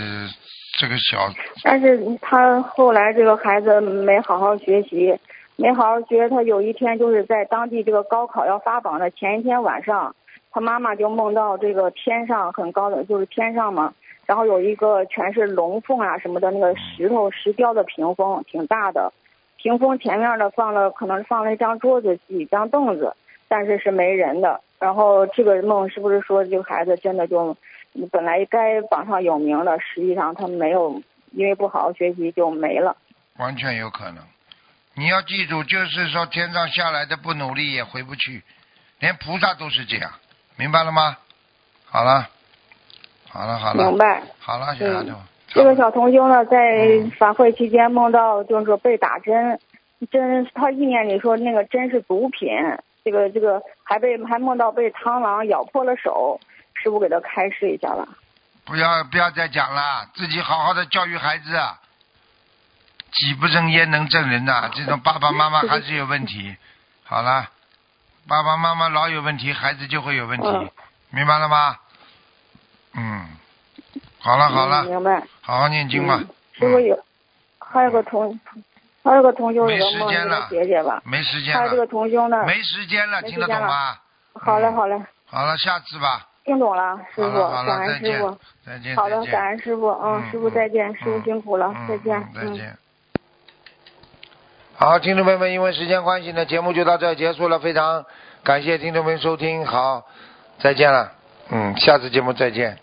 S1: 这个小
S10: 但是他后来这个孩子没好好学习，没好好学，他有一天就是在当地这个高考要发榜的前一天晚上，他妈妈就梦到这个天上很高的，就是天上嘛，然后有一个全是龙凤啊什么的那个石头石雕的屏风，挺大的，屏风前面呢放了可能放了一张桌子几张凳子，但是是没人的。然后这个梦是不是说这个孩子真的就本来该榜上有名的，实际上他没有因为不好好学习就没了。
S1: 完全有可能。你要记住，就是说天上下来的不努力也回不去，连菩萨都是这样，明白了吗？好了，好了，好了，
S10: 明白。
S1: 好了，小丫头，
S10: 这个小 同修呢，在
S1: 嗯
S10: 法会期间梦到就是说被打针，针他意念里说那个针是毒品，这个这个还被还梦到被螳螂咬破了手，师傅给他开示一下吧。
S1: 不要不要再讲了，自己好好的教育孩子啊。己不正焉能正人呐、这种爸爸妈妈还是有问题。好了，爸爸妈妈老有问题，孩子就会有问题，
S10: 嗯
S1: 明白了吗？嗯，好了好了，
S10: 嗯明白。嗯
S1: 好好念经吧。嗯
S10: 师傅有，还有个同，还有个同修有
S1: 没
S10: 个
S1: 时
S10: 梦，
S1: 间
S10: 给
S1: 了
S10: 他解解吧。
S1: 没时间
S10: 还有这个
S1: 了，
S10: 同修呢，
S1: 没时间了，
S10: 没时
S1: 听得懂
S10: 间了
S1: 吗？嗯
S10: 好嘞好嘞，
S1: 好了，下次吧。
S10: 听懂了，师
S1: 好
S10: 傅，
S1: 了好
S10: 感
S1: 了，
S10: 恩
S1: 再
S10: 师
S1: 见
S10: 傅。，
S1: 再见，
S10: 好
S1: 再
S10: 的，
S1: 见嗯
S10: 感恩师傅，嗯，师傅再见，师傅辛苦了，再见，嗯
S1: 再见。好，听众朋友们，因为时间关系呢，节目就到这儿结束了。非常感谢听众朋友收听，好，再见了，嗯，下次节目再见。